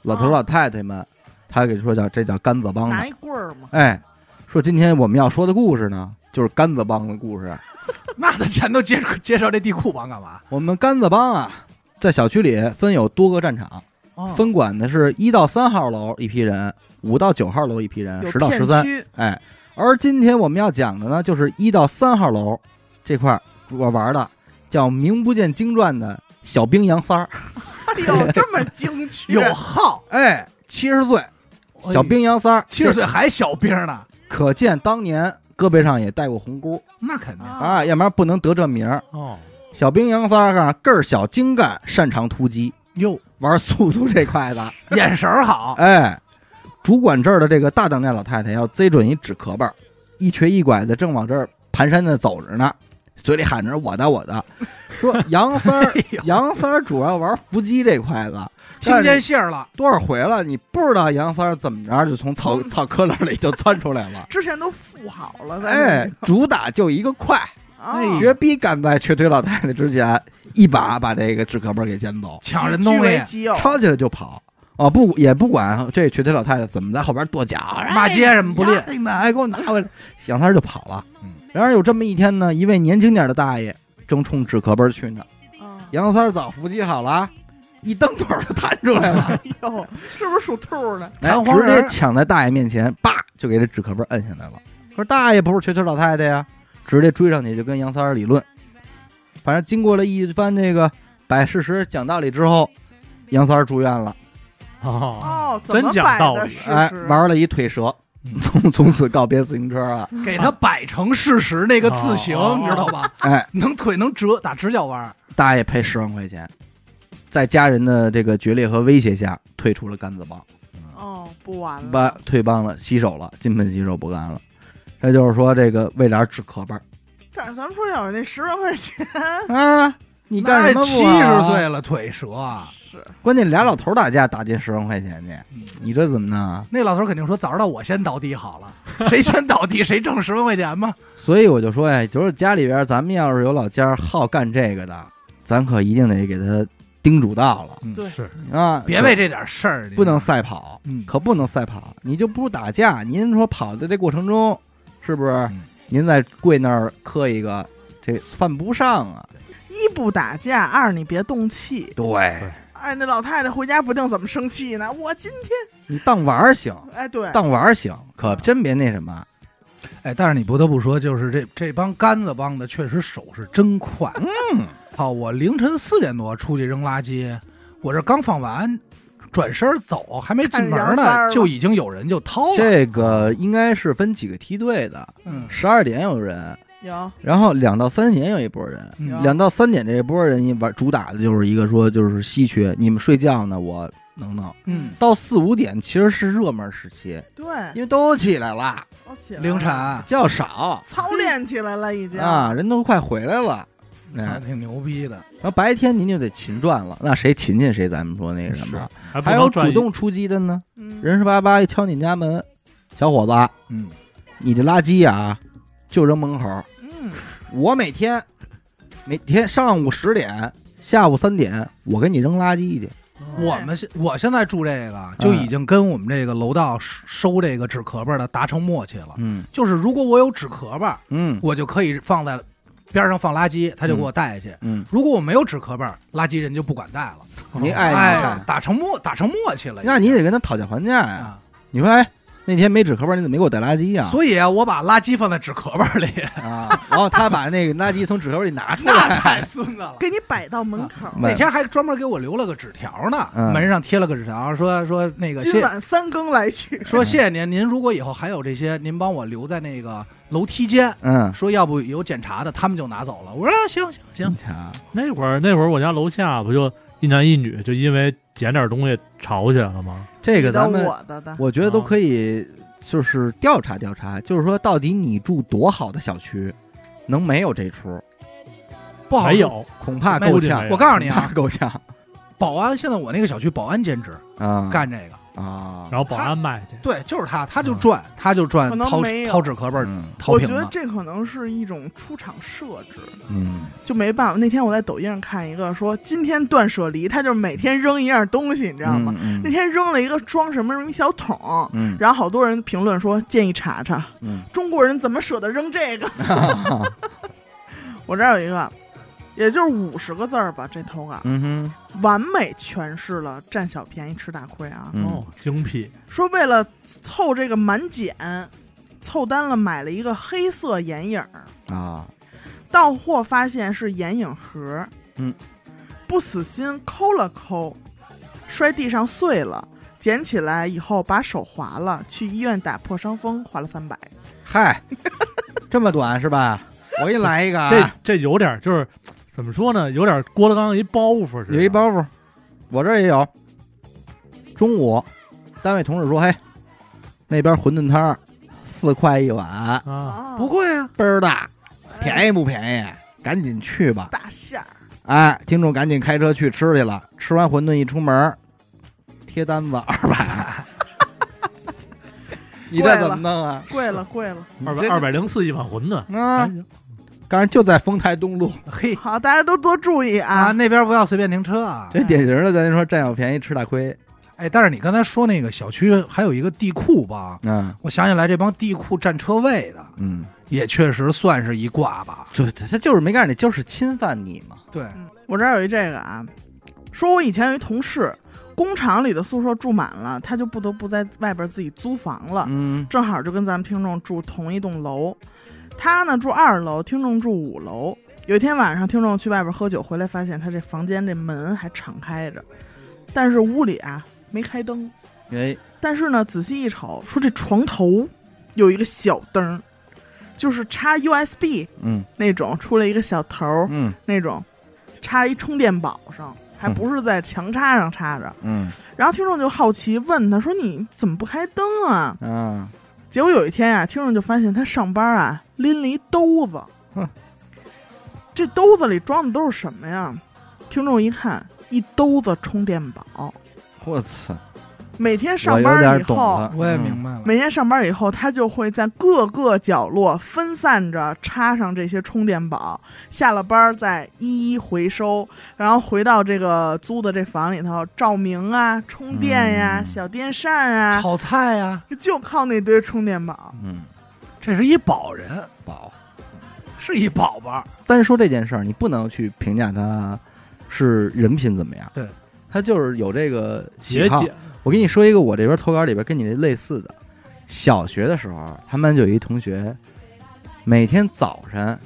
Speaker 1: 老头
Speaker 3: 哦
Speaker 1: 老太太们，他给说叫这叫杆子帮的
Speaker 3: 拿。一棍儿嘛，
Speaker 1: 哎，说今天我们要说的故事呢，就是杆子帮的故事。
Speaker 2: 那他全都介介绍这地库帮干嘛？
Speaker 1: 我们杆子帮啊，在小区里分有多个战场。
Speaker 2: 哦
Speaker 1: 分管的是一到三号楼一批人，五到九号楼一批人，
Speaker 3: 有
Speaker 1: 十到
Speaker 3: 片
Speaker 1: 十三。
Speaker 3: 区，
Speaker 1: 哎，而今天我们要讲的呢，就是一到三号楼这块儿我玩的叫名不见经传的小兵杨三儿。
Speaker 3: 哎呦，这么精 确，。
Speaker 2: 有号，
Speaker 1: 哎，七十岁哎小兵杨三儿，
Speaker 2: 七十岁还小兵呢，
Speaker 1: 这可见当年胳膊上也带过红箍
Speaker 2: 那肯定。
Speaker 1: 啊，要不然不能得这名儿。
Speaker 4: 哦，
Speaker 1: 小兵杨三儿啊，个儿小精干，擅长突击，
Speaker 2: 哟，
Speaker 1: 玩速度这块的。
Speaker 2: 眼神儿好，
Speaker 1: 哎，主管这儿的这个大当家老太太要贼准一纸壳把儿，一瘸一拐的正往这儿蹒跚的走着呢，嘴里喊着我的我的，说杨三儿杨三儿主要玩伏击这块子，
Speaker 2: 听
Speaker 1: 但
Speaker 2: 见
Speaker 1: 是
Speaker 2: 信儿了，
Speaker 1: 多少回了，你不知道杨三儿怎么着就从草草坑里就钻出来了
Speaker 3: 之前都付好了，咱
Speaker 1: 哎，主打就一个快，
Speaker 3: 啊，
Speaker 4: 哎
Speaker 1: 绝逼敢在瘸腿老太太之前一把把这个纸壳把儿给捡走。
Speaker 2: 抢人东
Speaker 3: 据为
Speaker 2: 西，
Speaker 3: 己有，
Speaker 1: 抄起来就跑啊！不也不管这瘸腿老太太怎么在后边跺脚，
Speaker 2: 骂街什么不吝
Speaker 1: 哎妈，哎给我拿回 来！杨三儿就跑了
Speaker 2: 嗯。
Speaker 1: 然而有这么一天呢，一位年轻点的大爷正冲纸壳儿去呢，
Speaker 3: 啊
Speaker 1: 杨三儿早伏击好了啊，一蹬腿儿就弹出来了，
Speaker 3: 哎呦， 是不是属兔的？
Speaker 1: 哎
Speaker 2: 弹簧
Speaker 1: 直
Speaker 2: 人儿
Speaker 1: 接抢在大爷面前，叭就给这纸壳儿摁下来了。可是大爷不是瘸腿老太太呀，直接追上去就跟杨三儿理论。反正经过了一番这个摆事实、讲道理之后，杨三儿住院了。
Speaker 4: 哦，
Speaker 3: 哦，怎么摆的试
Speaker 1: 哎，
Speaker 3: 试？
Speaker 1: 玩了一腿折，从 从此告别自行车啊了。
Speaker 2: 给他摆成事实那个字形，
Speaker 4: 哦哦哦
Speaker 2: 你知道吧？
Speaker 1: 哎，
Speaker 2: 能腿能折，打直角弯儿。
Speaker 1: 大爷赔十万块钱，在家人的这个决裂和威胁下，退出了甘子帮，
Speaker 3: 哦，不玩
Speaker 1: 把
Speaker 3: 了，
Speaker 1: 退帮了，洗手了，金盆洗手不干了。这就是说，这个为俩纸壳儿
Speaker 3: 但是咱们说要有那十万块钱，
Speaker 1: 啊，你干什么
Speaker 2: 七
Speaker 1: 不好啊
Speaker 2: 十岁了，腿折啊！嗯
Speaker 3: 是
Speaker 1: 关键俩老头打架打进十万块钱去，你这怎么弄啊？
Speaker 2: 那老头肯定说：“早知道我先倒地好了，谁先倒地谁挣十万块钱嘛。
Speaker 1: 所以我就说呀，就是家里边咱们要是有老家儿好干这个的，咱可一定得给他叮嘱到了
Speaker 2: 嗯
Speaker 3: 对
Speaker 4: 是
Speaker 1: 啊，
Speaker 2: 别为这点事儿，
Speaker 1: 不能赛跑，
Speaker 2: 嗯
Speaker 1: 可不能赛跑，你就不打架。您说跑的这过程中，是不是
Speaker 2: 嗯
Speaker 1: 您在跪那儿磕一个，这犯不上啊？
Speaker 3: 一不打架，二你别动气。
Speaker 1: 对
Speaker 3: 哎，那老太太回家不定怎么生气呢。我今天
Speaker 1: 你当玩儿行，
Speaker 3: 哎，对，
Speaker 1: 当玩儿行，可真别那什么。
Speaker 2: 哎，但是你不得不说，就是这这帮杆子帮的，确实手是真快。
Speaker 1: 嗯，
Speaker 2: 好，我凌晨四点多出去扔垃圾，我这刚放完，转身走，还没进
Speaker 3: 看
Speaker 2: 门
Speaker 3: 杨三儿
Speaker 2: 呢，
Speaker 3: 了
Speaker 2: 就已经有人就掏了。
Speaker 1: 这个应该是分几个梯队的，
Speaker 2: 嗯，
Speaker 1: 十二点有人，
Speaker 3: 有
Speaker 1: 然后两到三点有一波人，
Speaker 2: 嗯
Speaker 3: 有
Speaker 1: 两到三点这一波人一玩主打的就是一个说就是稀缺，你们睡觉呢，我能弄。
Speaker 2: 嗯，
Speaker 1: 到四五点其实是热门时期，
Speaker 3: 对，
Speaker 1: 因为都起来了，
Speaker 3: 我起来了
Speaker 2: 凌晨，
Speaker 1: 较少
Speaker 3: 操练起来了已经
Speaker 1: 啊，人都快回来了。哎
Speaker 2: 还挺牛逼的。
Speaker 1: 然后白天您就得勤赚了，那谁勤勤谁，咱们说那个什么，
Speaker 4: 还不
Speaker 1: 还有
Speaker 4: 能
Speaker 1: 主
Speaker 4: 转移
Speaker 1: 动出击的呢，
Speaker 3: 嗯
Speaker 1: 人是巴巴一敲你家门，小伙子，
Speaker 2: 嗯，
Speaker 1: 你的垃圾啊就扔门口，
Speaker 3: 嗯，
Speaker 1: 我每天每天上午十点，下午三点，我给你扔垃圾去。
Speaker 2: 我们现我现在住这个，就已经跟我们这个楼道收这个纸壳儿的达成默契了。
Speaker 1: 嗯
Speaker 2: 就是如果我有纸壳儿，
Speaker 1: 嗯
Speaker 2: 我就可以放在边上放垃圾，他就给我带下去。
Speaker 1: 嗯，
Speaker 2: 如果我没有纸壳儿，垃圾人就不管带了。
Speaker 1: 您爱
Speaker 4: 哎
Speaker 1: 你
Speaker 2: 哎
Speaker 1: 看，，
Speaker 2: 打成默打成默契了。
Speaker 1: 那你得跟他讨价还价呀。
Speaker 2: 啊，
Speaker 1: 你说，哎，那天没纸壳儿，你怎么没给我带垃圾 呀？
Speaker 2: 所以啊，我把垃圾放在纸壳儿里，
Speaker 1: 啊，然后他把那个垃圾从纸壳儿里拿 出
Speaker 2: 那
Speaker 1: 来，
Speaker 2: 太孙子了。
Speaker 3: 给你摆到门口。
Speaker 1: 啊
Speaker 2: 那天还专门给我留了个纸条呢，
Speaker 1: 嗯
Speaker 2: 门上贴了个纸条，说说那个
Speaker 3: 今
Speaker 2: 谢
Speaker 3: 晚三更来去，
Speaker 2: 说谢谢您，您如果以后还有这些，您帮我留在那个楼梯间。
Speaker 1: 嗯，
Speaker 2: 说要不有检查的，他们就拿走了。我说啊行行行
Speaker 1: 你，瞧，
Speaker 4: 那会儿那会儿我家楼下不就一男一女就因为捡点东西吵起来了吗？
Speaker 1: 这个咱
Speaker 3: 你
Speaker 1: 们
Speaker 3: 的我的的，
Speaker 1: 我觉得都可以，就是调查调查，就是说到底你住多好的小区，能没有这出？
Speaker 2: 不好
Speaker 4: 还
Speaker 2: 说。
Speaker 4: 有
Speaker 1: 恐怕够
Speaker 4: 没
Speaker 1: 呛
Speaker 4: 有，
Speaker 2: 我告诉你
Speaker 1: 恐怕
Speaker 2: 啊，
Speaker 1: 够呛
Speaker 2: 保安现在我那个小区保安兼职
Speaker 1: 啊！
Speaker 2: 干这个，
Speaker 1: 啊，
Speaker 4: 然后保安卖去，
Speaker 2: 对，就是他，他就赚，
Speaker 4: 嗯
Speaker 2: 他就赚
Speaker 3: 可能
Speaker 2: 掏
Speaker 3: 没有
Speaker 2: 掏纸壳儿
Speaker 1: 嗯
Speaker 2: 掏
Speaker 3: 我
Speaker 2: 瓶
Speaker 3: 觉得
Speaker 2: 子。
Speaker 3: 这可能是一种出场设置，
Speaker 1: 嗯，
Speaker 3: 就没办法。那天我在抖音上看一个说，今天断舍离，他就是每天扔一样东西，你知
Speaker 1: 知
Speaker 3: 道吗？？
Speaker 1: 嗯
Speaker 3: 那天扔了一个装什么什么一小桶，
Speaker 1: 嗯
Speaker 3: 然后好多人评论说建议查查
Speaker 1: 嗯
Speaker 3: 中国人怎么舍得扔这个。 我这儿有一个，也就是五十个字儿吧，这投稿
Speaker 1: 嗯
Speaker 3: 完美诠释了占小便宜吃大亏啊。
Speaker 1: 哼，
Speaker 4: 哦，精辟，
Speaker 3: 说为了凑这个满减，凑单了买了一个黑色眼影儿，
Speaker 1: 嗯啊，
Speaker 3: 到货发现是眼影盒，
Speaker 1: 嗯，
Speaker 3: 不死心抠了抠，摔地上碎了，捡起来以后把手划了，去医院打破伤风，花了三百。
Speaker 1: 嗨，这么短是吧？我给你来一个啊，
Speaker 4: 这这有点就是怎么说呢？有点郭德纲一包袱似的，
Speaker 1: 有一包袱，我这儿也有。中午，单位同事说：“嘿，那边馄饨汤儿四块一碗，
Speaker 4: 啊，
Speaker 2: 不贵啊，
Speaker 1: 倍儿大，
Speaker 3: 宜
Speaker 1: 便宜不便宜？赶紧去吧！”
Speaker 3: 大馅儿，
Speaker 1: 哎，听众赶紧开车去吃去了。吃完馄饨一出门，贴单子二百， 你这怎么弄啊？
Speaker 3: 贵了贵了。
Speaker 4: 二百二百零四一碗馄饨。
Speaker 1: 啊！
Speaker 4: 哎
Speaker 1: 当然就在丰台东路，
Speaker 2: 嘿
Speaker 3: 好，大家都多注意
Speaker 2: 啊，
Speaker 3: 啊！
Speaker 2: 那边不要随便停车啊。
Speaker 1: 这典型的咱就说占小便宜吃大亏。
Speaker 2: 哎，但是你刚才说那个小区还有一个地库吧，
Speaker 1: 嗯
Speaker 2: 我想起来这帮地库占车位的
Speaker 1: 嗯，
Speaker 2: 也确实算是一挂吧。
Speaker 1: 就他就是没告诉你，就是侵犯你嘛。
Speaker 2: 对，
Speaker 3: 嗯我这儿有一这个啊，说我以前有一同事，工厂里的宿舍住满了，他就不得不在外边自己租房了。
Speaker 1: 嗯
Speaker 3: 正好就跟咱们听众住同一栋楼，他呢住二楼，听众住五楼。有一天晚上，听众去外边喝酒，回来发现他这房间这门还敞开着，但是屋里啊没开灯，
Speaker 1: 哎，
Speaker 3: 但是呢，仔细一瞅，说这床头有一个小灯儿，就是插 USB
Speaker 1: 嗯
Speaker 3: 那种，出来一个小头儿
Speaker 1: 嗯
Speaker 3: 那种，插一充电宝上，还
Speaker 1: 嗯
Speaker 3: 不是在墙插上插着。
Speaker 1: 嗯
Speaker 3: 然后听众就好奇问他说：“你怎么不开灯啊
Speaker 1: 啊，？”
Speaker 3: 结果有一天啊，听众就发现他上班啊拎了一兜子
Speaker 1: 哼，
Speaker 3: 这兜子里装的都是什么呀？听众一看，一兜子充电宝。
Speaker 1: 我操，
Speaker 3: 每天
Speaker 1: 我
Speaker 3: 上
Speaker 1: 有
Speaker 3: 班以
Speaker 1: 点懂
Speaker 3: 后，
Speaker 1: 了，
Speaker 2: 我也
Speaker 1: 嗯
Speaker 2: 明白了。
Speaker 3: 每天上班以后，他就会在各个角落分散着插上这些充电宝，下了班儿再一一回收，然后回到这个租的这房里头照明啊、充电呀、
Speaker 1: 嗯
Speaker 3: 小电扇啊，
Speaker 2: 炒菜呀、
Speaker 3: 就靠那堆充电宝。
Speaker 1: 嗯，
Speaker 2: 这是一宝人，
Speaker 1: 宝。
Speaker 2: 是一宝宝。
Speaker 1: 单说这件事儿，你不能去评价他是人品怎么样，
Speaker 2: 对，
Speaker 1: 他就是有这个喜
Speaker 4: 节
Speaker 1: 好。
Speaker 4: 俭，
Speaker 1: 我跟你说一个我这边投稿里边跟你这类似的，小学的时候，他们班就有一同学，每天早晨，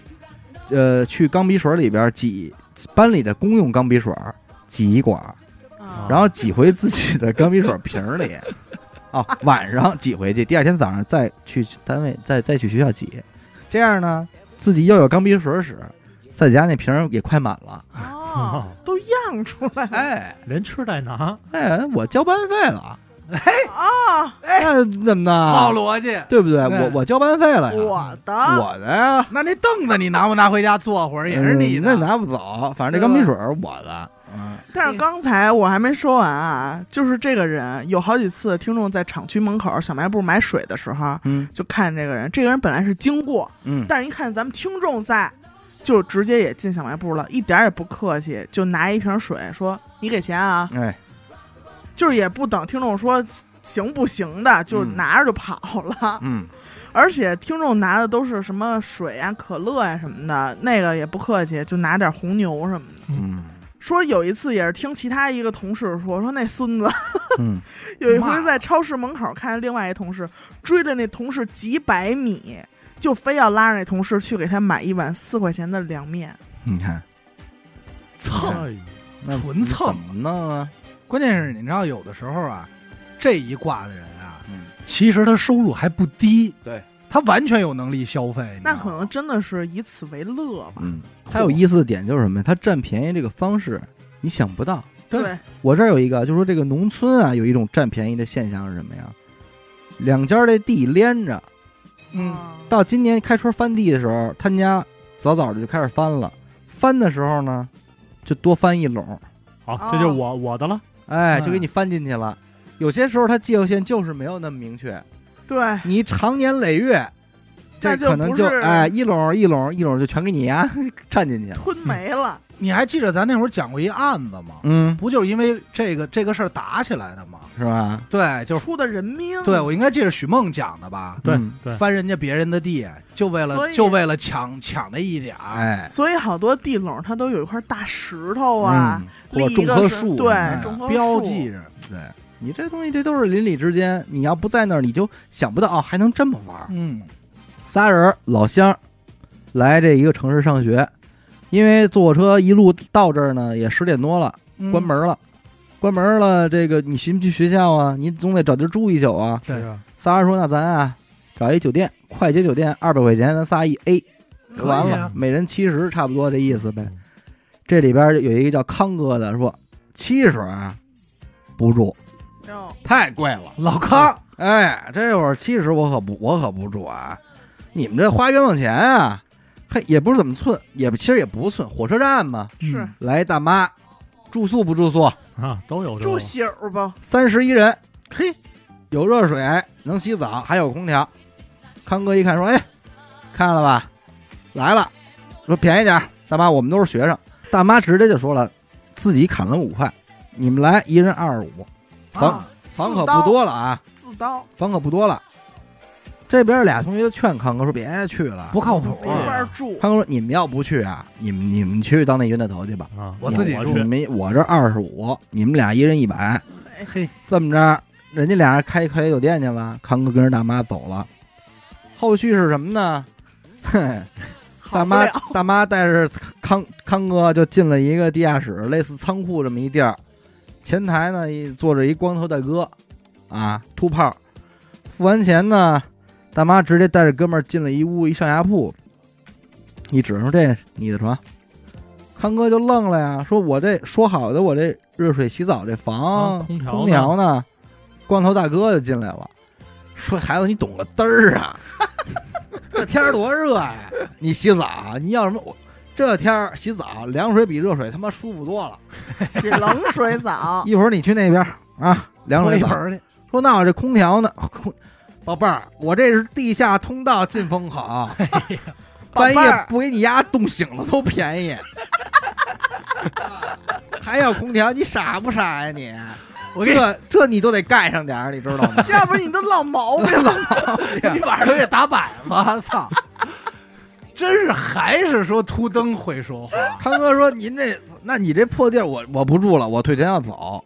Speaker 1: 呃，去钢笔水里边挤班里的公用钢笔水儿挤一管儿，
Speaker 3: 啊
Speaker 1: 然后挤回自己的钢笔水瓶儿里，哦，晚上挤回去，第二天早上再去单位，再再去学校挤，这样呢，自己又有钢笔水使，在家那瓶儿也快满了，
Speaker 3: 哦，都漾出来了
Speaker 1: 哎
Speaker 4: 啊连吃带拿，
Speaker 1: 哎，我交班费了，
Speaker 3: 啊！
Speaker 1: 那怎么
Speaker 2: 套
Speaker 1: 的？
Speaker 2: 逻辑。
Speaker 1: 对不对？
Speaker 2: 哎对
Speaker 1: 我我交班费了哎呀，
Speaker 3: 我的，
Speaker 1: 我的呀，
Speaker 2: 那那凳子你拿不拿回家坐会儿也是你
Speaker 1: 嗯
Speaker 2: 的
Speaker 1: 那？拿不走，反正这钢笔水儿我的，
Speaker 2: 嗯
Speaker 3: 但是刚才我还没说完啊，就是这个人有好几次听众在厂区门口小卖部买水的时候，
Speaker 1: 嗯
Speaker 3: 就看这个人，这个人本来是经过，
Speaker 1: 嗯，
Speaker 3: 但是一看咱们听众在，就直接也进小卖部了，一点儿也不客气，就拿一瓶水说：“你给钱啊
Speaker 1: 哎，！”
Speaker 3: 就是也不等听众说行不行的，就
Speaker 1: 嗯
Speaker 3: 拿着就跑了。
Speaker 1: 嗯
Speaker 3: 而且听众拿的都是什么水啊、可乐啊什么的，那个也不客气，就拿点红牛什么的。
Speaker 1: 嗯
Speaker 3: 说有一次也是听其他一个同事说，说那孙子
Speaker 1: 嗯，
Speaker 3: 有一回
Speaker 2: 骂
Speaker 3: 在超市门口看见另外一同事追着那同事几百米，就非要拉着那同事去给他买一碗四块钱的凉面。
Speaker 1: 你看，
Speaker 2: 蹭。
Speaker 4: 哎呀
Speaker 1: 那
Speaker 2: 纯蹭
Speaker 1: 怎么弄啊？
Speaker 2: 关键是你知道有的时候啊，这一挂的人啊，
Speaker 1: 嗯，
Speaker 2: 其实他收入还不低，
Speaker 1: 对
Speaker 2: 他完全有能力消费。你知道
Speaker 3: 那
Speaker 2: 吗
Speaker 3: 可能真的是以此为乐吧。
Speaker 1: 嗯，它有意思的点就是什么呀？它占便宜这个方式你想不到。
Speaker 2: 对
Speaker 3: 对，
Speaker 1: 我这儿有一个，就说这个农村啊，有一种占便宜的现象是什么呀？两家这地连着，
Speaker 2: 嗯，
Speaker 3: 啊
Speaker 1: 到今年开春翻地的时候，他家早早的就开始翻了。翻的时候呢，就多翻一垄，
Speaker 4: 好，这就是我我的了，
Speaker 1: 哎，
Speaker 2: 嗯
Speaker 1: 就给你翻进去了。有些时候它界限就是没有那么明确，
Speaker 3: 对，
Speaker 1: 你常年累月，这
Speaker 3: 那就
Speaker 1: 可能
Speaker 3: 不
Speaker 1: 就是哎一垄一垄一垄就全给你 呀、占进去了。
Speaker 3: 吞没了。
Speaker 2: 你还记得咱那会儿讲过一案子吗？
Speaker 1: 嗯，
Speaker 2: 不就是因为这个这个事儿打起来的吗？
Speaker 1: 是吧？
Speaker 2: 对，就是
Speaker 3: 出的人命，
Speaker 2: 对我应该记着许梦讲的吧？
Speaker 4: 对
Speaker 1: 嗯
Speaker 4: 对，
Speaker 2: 翻人家别人的地，就为
Speaker 3: 所
Speaker 2: 了
Speaker 3: 以
Speaker 2: 就为了抢抢那一点儿，
Speaker 1: 哎，
Speaker 3: 所以好多地垄它都有一块大石头啊，
Speaker 1: 嗯，
Speaker 3: 立
Speaker 1: 或
Speaker 3: 一
Speaker 1: 种
Speaker 3: 个
Speaker 1: 棵
Speaker 3: 是
Speaker 1: 树，
Speaker 3: 对
Speaker 1: 嗯
Speaker 3: 种棵
Speaker 2: 标
Speaker 3: 树
Speaker 2: 记着。
Speaker 1: 对，你这东西这都是邻里之间，你要不在那儿，你就想不到啊、哦还能这么玩儿。
Speaker 2: 嗯，
Speaker 1: 仨人儿老乡儿来这一个城市上学，因为坐车一路到这儿呢，也十点多了，
Speaker 2: 嗯
Speaker 1: 关门了。关门了，这个你行不去学校啊？你总得找地儿住一宿啊。
Speaker 2: 对
Speaker 4: 是啊
Speaker 1: 仨人说：“那咱啊，找一酒店，快捷酒店，二百块钱，咱仨一 A，
Speaker 3: 嗯
Speaker 2: 可以啊
Speaker 1: 完
Speaker 2: 嗯
Speaker 1: 了，每人七十，差不多这意思呗。”这里边有一个叫康哥的说：“七十啊，不住，
Speaker 3: 然后
Speaker 1: 太贵了。”
Speaker 2: 老康，
Speaker 1: 哎，这会儿七十我可不我可不住啊！你们这花冤枉钱啊！嘿，也不是怎么寸，也不其实也不寸，火车站嘛。
Speaker 3: 是
Speaker 2: 嗯
Speaker 1: 来大妈，住宿不住宿？
Speaker 4: 啊，都有这
Speaker 3: 住
Speaker 4: 个
Speaker 3: 宿儿吧，
Speaker 1: 三十一人，嘿，有热水，能洗澡，还有空调。康哥一看说：“哎，看了吧，来了，说便宜点儿，大妈，我们都是学生。”大妈直接就说了，自己砍了五块，你们来一人二十五，房
Speaker 2: 啊
Speaker 1: 房可不多了啊。
Speaker 3: 自刀
Speaker 1: 房可不多了。这边俩同学就劝康哥说：“别去了。
Speaker 2: 不靠谱
Speaker 3: 没，法儿住”，
Speaker 1: 康哥说：“你们要不去啊，你们你们去到那冤大头去吧。
Speaker 4: 啊，
Speaker 2: 我自己
Speaker 1: 我
Speaker 4: 去
Speaker 1: 你们我这二十五，你们俩一人一百。
Speaker 3: 哎
Speaker 2: 嘿，
Speaker 1: 这么着，人家俩开快捷酒店去了，康哥跟着大妈走了。后续是什么呢？哼，
Speaker 3: 好
Speaker 1: 大
Speaker 3: 不
Speaker 1: 妈
Speaker 3: 了
Speaker 1: 大妈带着康康哥就进了一个地下室，类似仓库这么一地儿。前台呢，一坐着一光头大哥，啊，吐泡。付完钱呢，大妈直接带着哥们儿进了一屋一上下铺，一指说：“这是你的床。”康哥就愣了呀，说：“我这说好的，我这热水洗澡这房、
Speaker 4: 啊空调呢
Speaker 1: 空调呢？”光头大哥就进来了，说：“孩子，你懂个嘚儿啊！ 这天儿多热呀、你洗澡，你要什么？我这天儿洗澡，凉水比热水他妈舒服多了。
Speaker 3: 洗冷水 澡，
Speaker 1: 一会儿你去那边儿啊，凉
Speaker 2: 喝
Speaker 1: 水
Speaker 2: 一
Speaker 1: 澡
Speaker 2: 盆。儿去，
Speaker 1: 说那我这空调呢？ 空，宝贝儿，我这是地下通道进风口，半
Speaker 3: 哎宝贝
Speaker 1: 夜
Speaker 3: 儿？
Speaker 1: 不给你丫冻醒了都便宜。还要空调，你傻不傻呀你？
Speaker 2: 我给
Speaker 1: 这这你都得盖上点儿，你知道吗
Speaker 3: 要不然你都落毛病了。
Speaker 2: 你晚上都给打板了，操！真是还是说秃灯会说话，
Speaker 1: 康哥说：“您这，那你这破地儿，我我不住了，我退钱要走。”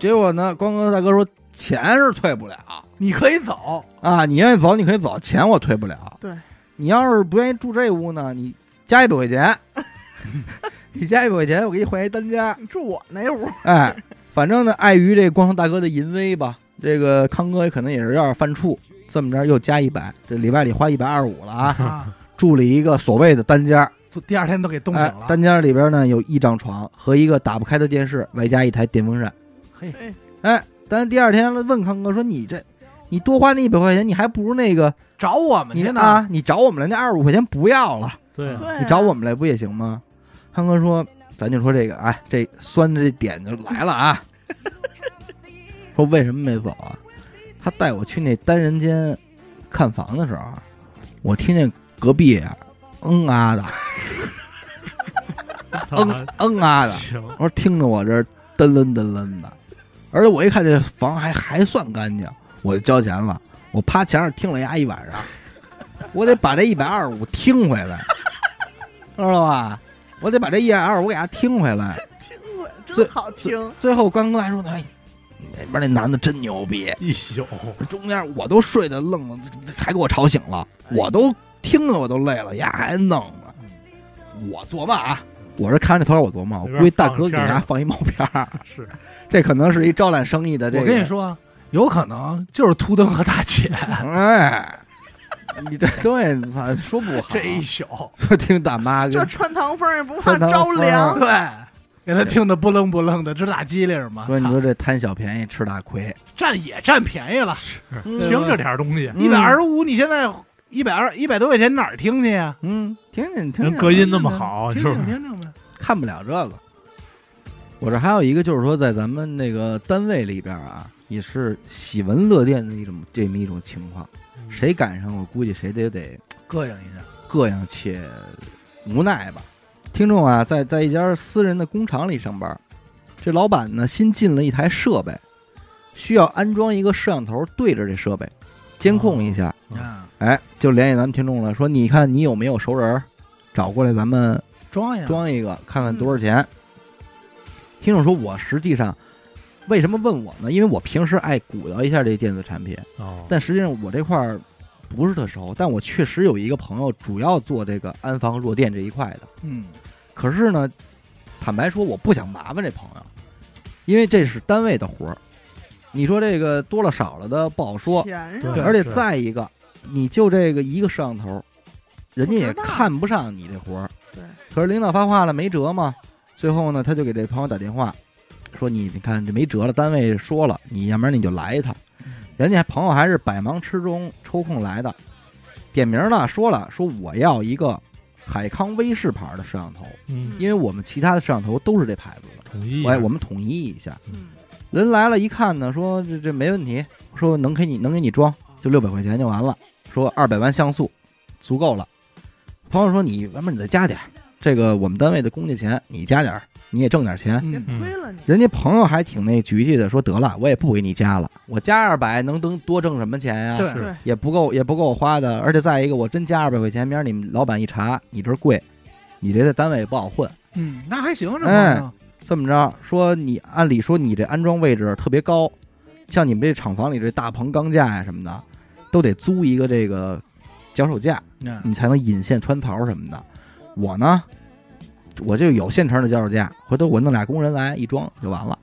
Speaker 1: 结果呢，光哥大哥说：“钱是退不了
Speaker 2: 你可以走，
Speaker 1: 啊，你愿意走你可以走，钱我退不了。”
Speaker 3: 对，
Speaker 1: 你要是不愿意住这屋呢，你加一百块 钱，你加一百块钱，我给你换一单间。
Speaker 3: 你住我那屋，
Speaker 1: 哎，反正呢，碍于这光头大哥的淫威吧，这个康哥也可能也是有点犯怵，这么着又加一百，这礼拜里花一百二十五了 啊，
Speaker 2: 啊，
Speaker 1: 住了一个所谓的单间儿。
Speaker 2: 就第二天都给冻醒
Speaker 1: 哎
Speaker 2: 了，，
Speaker 1: 单间儿里边呢有一张床和一个打不开的电视，外加一台电风扇。
Speaker 2: 嘿
Speaker 3: 哎，
Speaker 1: 哎，但是第二天问康哥说：“你这，你多花那一百块钱，你还不如那个
Speaker 2: 找我们
Speaker 1: 你
Speaker 2: 去呢
Speaker 1: 啊，，你找我们来那二十五块钱不要了。”
Speaker 4: 对啊，
Speaker 3: 对、啊，
Speaker 1: 你找我们来不也行吗？康哥说，咱就说这个，哎，这酸的这点就来了 啊。说为什么没走啊？他带我去那单人间看房的时候啊，我听见隔壁啊，嗯啊的，嗯嗯啊的，
Speaker 4: 行，
Speaker 1: 我说听得我这儿噔楞噔楞的，而且我一看这房还还算干净，我就交钱了。我趴墙上听了丫一晚上， 我得把这一百二五听回来， 知道吧？我得把这一百二我给他听回来。
Speaker 3: 听过，
Speaker 1: 最
Speaker 3: 真好听。
Speaker 1: 最后关哥还说呢，哎，那边那男的真牛逼，
Speaker 4: 一宿
Speaker 1: 中间我都睡得愣了，还给我吵醒了，我都听得我都累了，丫还弄呢。我琢磨啊，我是看着这头儿我琢磨，我估计大哥给丫放一毛片儿。
Speaker 4: 是
Speaker 1: 这可能是一招揽生意的这个。
Speaker 2: 我跟你，说，有可能就是秃灯和大姐
Speaker 1: 哎，你这东西操说不好，
Speaker 2: 这 一宿，
Speaker 1: 就听大妈跟
Speaker 3: 这穿堂风也不怕
Speaker 1: 穿堂
Speaker 3: 着
Speaker 1: 风啊
Speaker 3: 凉，
Speaker 2: 对，给他听得不楞不楞的，直打机灵嘛，
Speaker 1: 说，你
Speaker 2: 操
Speaker 1: 说这贪小便宜吃大亏，
Speaker 2: 占也占便宜了，
Speaker 1: 听
Speaker 4: 听着，点东西，
Speaker 1: 嗯
Speaker 2: 一百二十五，你现在一百二一百多块钱哪儿听去呀？
Speaker 1: 嗯，听见听
Speaker 4: 人
Speaker 1: 见，
Speaker 4: 隔音那么好，
Speaker 2: 听
Speaker 4: 哦是不
Speaker 2: 听
Speaker 4: 是？
Speaker 2: 听听呗，
Speaker 1: 看不了这个。我这还有一个，就是说，在咱们那个单位里边啊，也是喜闻乐见的一种这么一种情况。谁赶上，我估计谁得得
Speaker 2: 膈应一下，
Speaker 1: 膈应且无奈吧。听众啊，在在一家私人的工厂里上班，这老板呢新进了一台设备，需要安装一个摄像头对着这设备监控一下。
Speaker 4: 嗯
Speaker 2: 啊，
Speaker 1: 哎，就联系咱们听众了，说你看你有没有熟人儿，找过来咱们
Speaker 2: 装呀，
Speaker 1: 装一个，看看多少钱。听众说，我实际上为什么问我呢？因为我平时爱鼓捣一下这电子产品，
Speaker 4: 哦，
Speaker 1: 但实际上我这块儿不是特熟，但我确实有一个朋友主要做这个安防弱电这一块的。
Speaker 2: 嗯，
Speaker 1: 可是呢，坦白说，我不想麻烦这朋友，因为这是单位的活儿。你说这个多了少了的不好说，
Speaker 3: 钱上
Speaker 4: 对
Speaker 1: 而且
Speaker 4: 是
Speaker 1: 再一个，你就这个一个摄像头，人家也
Speaker 3: 不知道
Speaker 1: 看不上你这活儿。
Speaker 3: 对，
Speaker 1: 可是领导发话了，没辙嘛。最后呢，他就给这朋友打电话，说你你看这没辙了，单位说了，你要不然你就来一趟。
Speaker 3: 嗯
Speaker 1: 人家朋友还是百忙之中抽空来的，点名呢说了，说我要一个海康威视牌的摄像头，
Speaker 4: 嗯，
Speaker 1: 因为我们其他的摄像头都是这牌子的。
Speaker 4: 统一
Speaker 1: 哎，我们统一一下。
Speaker 3: 嗯，
Speaker 1: 人来了，一看呢，说这这没问题，说能给你能给你装，就六百块钱就完了。说二百万像素足够了。朋友说你要不然你再加点儿，这个我们单位的公家钱你加点儿，你也挣点钱。
Speaker 3: 别
Speaker 2: 嗯
Speaker 3: 亏了你。
Speaker 1: 人家朋友还挺那局气的，说得了，我也不给你加了，我加二百能能多挣什么钱呀、
Speaker 2: 对，
Speaker 3: 对，
Speaker 1: 也不够也不够我花的，而且再一个，我真加二百块钱，明儿你们老板一查，你这儿贵，你这在单位也不好混。
Speaker 2: 嗯，那还行，这
Speaker 1: 哎
Speaker 2: 朋友
Speaker 1: 这么着说你，按理说你这安装位置特别高，像你们这厂房里这大棚钢架呀、什么的，都得租一个这个脚手架，
Speaker 2: 嗯
Speaker 1: 你才能引线穿槽什么的。我呢，我就有现成的脚手架，回头我弄俩工人来一装就完了。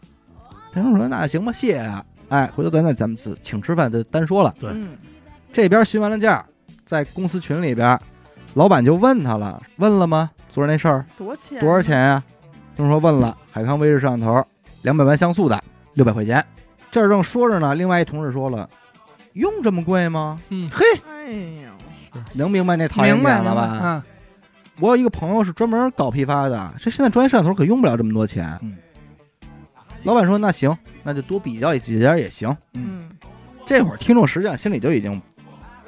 Speaker 1: 他说：“那行吧，谢谢啊。”哎，回头咱再咱们自请吃饭再单说了。
Speaker 4: 对
Speaker 3: 嗯，
Speaker 1: 这边询完了价，在公司群里边，老板就问他了，问了吗？昨儿那事儿
Speaker 3: 多钱？
Speaker 1: 多少？钱呀、听说问了，海康威视摄像头两百万像素的，六百块钱。这儿正说着呢，另外一同事说了：“用这么贵吗？
Speaker 2: 嘿，
Speaker 3: 哎呦，
Speaker 1: 能明白那讨厌
Speaker 2: 明白
Speaker 1: 点了
Speaker 2: 明白
Speaker 1: 吧？”
Speaker 2: 啊，
Speaker 1: 我有一个朋友是专门搞批发的，这现在专业摄像头可用不了这么多钱。
Speaker 2: 嗯
Speaker 1: 老板说：“那行，那就多比较几家也行。
Speaker 3: 嗯，”
Speaker 1: 这会儿听众实际上心里就已经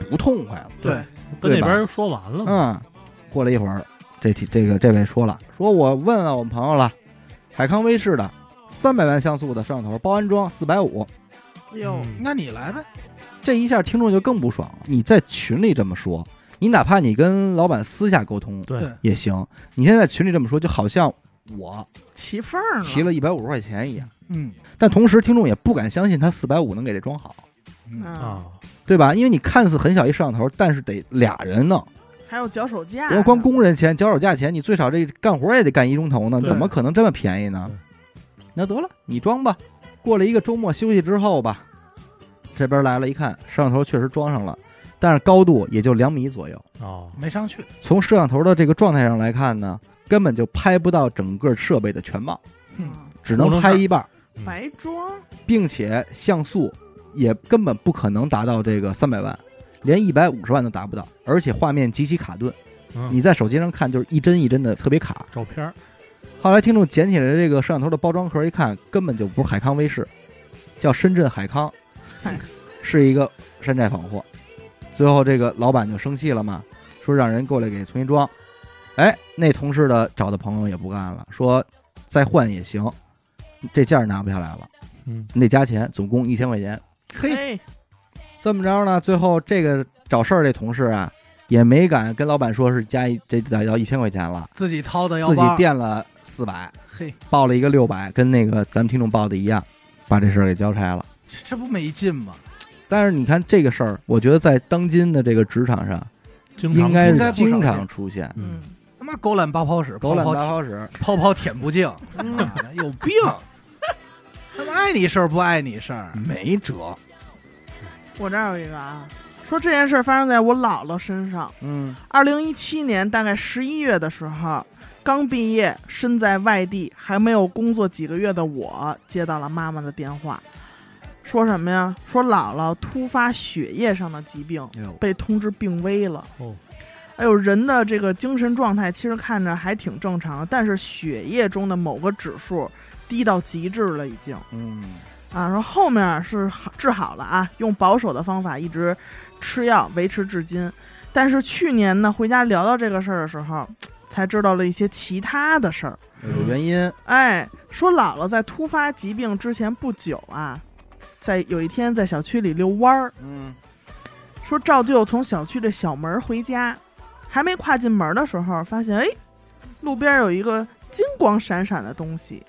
Speaker 1: 不痛快了。
Speaker 4: 对
Speaker 2: 对
Speaker 4: 跟
Speaker 1: 对
Speaker 4: 那
Speaker 1: 吧
Speaker 4: 边说完了嘛，
Speaker 1: 嗯，过了一会儿，这题这个这位说了，说我问了我们朋友了，海康威视的三百万像素的摄像头，包安装四百五。
Speaker 3: 哟，
Speaker 4: 嗯
Speaker 2: 那你来呗，
Speaker 1: 这一下听众就更不爽了。你在群里这么说，你哪怕你跟老板私下沟通
Speaker 4: 对
Speaker 2: 对
Speaker 1: 也行，你现在在群里这么说，就好像我
Speaker 3: 齐缝儿了，
Speaker 1: 骑了一百五十块钱一样。
Speaker 2: 嗯，
Speaker 1: 但同时，听众也不敢相信他四百五能给这装好，
Speaker 2: 嗯
Speaker 3: 啊，
Speaker 4: 啊，
Speaker 1: 对吧？因为你看似很小一摄像头，但是得俩人弄，
Speaker 3: 还有脚手架，
Speaker 1: 不要光工人钱、脚手架钱，你最少这干活也得干一钟头呢，
Speaker 4: 对
Speaker 1: 怎么可能这么便宜呢？那得了，你装吧。过了一个周末休息之后吧，这边来了一看，摄像头确实装上了，但是高度也就两米左右。
Speaker 4: 哦，
Speaker 2: 没上去，
Speaker 1: 从摄像头的这个状态上来看呢，根本就拍不到整个设备的全貌，
Speaker 3: 啊
Speaker 1: 只
Speaker 4: 不
Speaker 1: 能
Speaker 4: 能
Speaker 1: 拍
Speaker 4: 看
Speaker 1: 一半儿，
Speaker 4: 嗯
Speaker 3: 白装，
Speaker 1: 并且像素也根本不可能达到这个三百万，连一百五十万都达不到，而且画面极其卡顿。
Speaker 4: 嗯
Speaker 1: 你在手机上看就是一帧一帧的特别卡。
Speaker 4: 照片儿
Speaker 1: 后来听众捡起来这个摄像头的包装盒一看，根本就不是海康威视，叫深圳海康
Speaker 3: 嗨，
Speaker 1: 是一个山寨仿货。最后这个老板就生气了嘛，说让人过来给重新装。哎，那同事的找的朋友也不干了，说再换也行，这价儿拿不下来了，
Speaker 4: 嗯，
Speaker 1: 你得加钱，总共一千块钱。
Speaker 2: 嘿，
Speaker 3: 嘿，
Speaker 1: 这么着呢，最后这个找事儿这同事啊，也没敢跟老板说是加一这得要一千块钱了，
Speaker 2: 自己掏的腰
Speaker 1: 自己
Speaker 2: 包，
Speaker 1: 垫了四百，
Speaker 2: 嘿，
Speaker 1: 报了一个六百，跟那个咱们听众报的一样，把这事儿给交差了。
Speaker 2: 这这不没劲吗？
Speaker 1: 但是你看这个事儿，我觉得在当今的这个职场上，
Speaker 4: 经常
Speaker 1: 应该
Speaker 4: 出
Speaker 1: 是
Speaker 4: 现
Speaker 1: 经常出现
Speaker 3: 嗯，
Speaker 4: 嗯
Speaker 2: 他妈狗懒八泡屎，
Speaker 1: 狗
Speaker 2: 泡
Speaker 1: 懒
Speaker 2: 泡
Speaker 1: 打
Speaker 2: 舔
Speaker 1: 好使。
Speaker 2: 泡泡舔不净，哎
Speaker 3: 嗯，
Speaker 2: 有病！他妈爱你事儿不爱你事儿，啊
Speaker 1: 没辙，
Speaker 3: 我这儿有一个啊，说这件事儿发生在我姥姥身上。
Speaker 1: 嗯，
Speaker 3: 二零一七年大概十一月的时候，刚毕业，身在外地，还没有工作几个月的我，接到了妈妈的电话，说什么呀？说姥姥突发血液上的疾病，
Speaker 1: 哎呦，
Speaker 3: 被通知病危了。
Speaker 4: 哦，
Speaker 3: 哎呦，人的这个精神状态其实看着还挺正常的，但是血液中的某个指数低到极致了，已经。
Speaker 1: 嗯，
Speaker 3: 啊，说后面是好治好了啊，用保守的方法一直吃药维持至今。但是去年呢，回家聊到这个事儿的时候，才知道了一些其他的事儿。
Speaker 1: 有原因，
Speaker 3: 哎，说姥姥在突发疾病之前不久啊，在有一天在小区里遛弯儿，
Speaker 1: 嗯，
Speaker 3: 说照旧从小区的小门儿回家，还没跨进门儿的时候，发现哎，路边有一个金光闪闪的东西，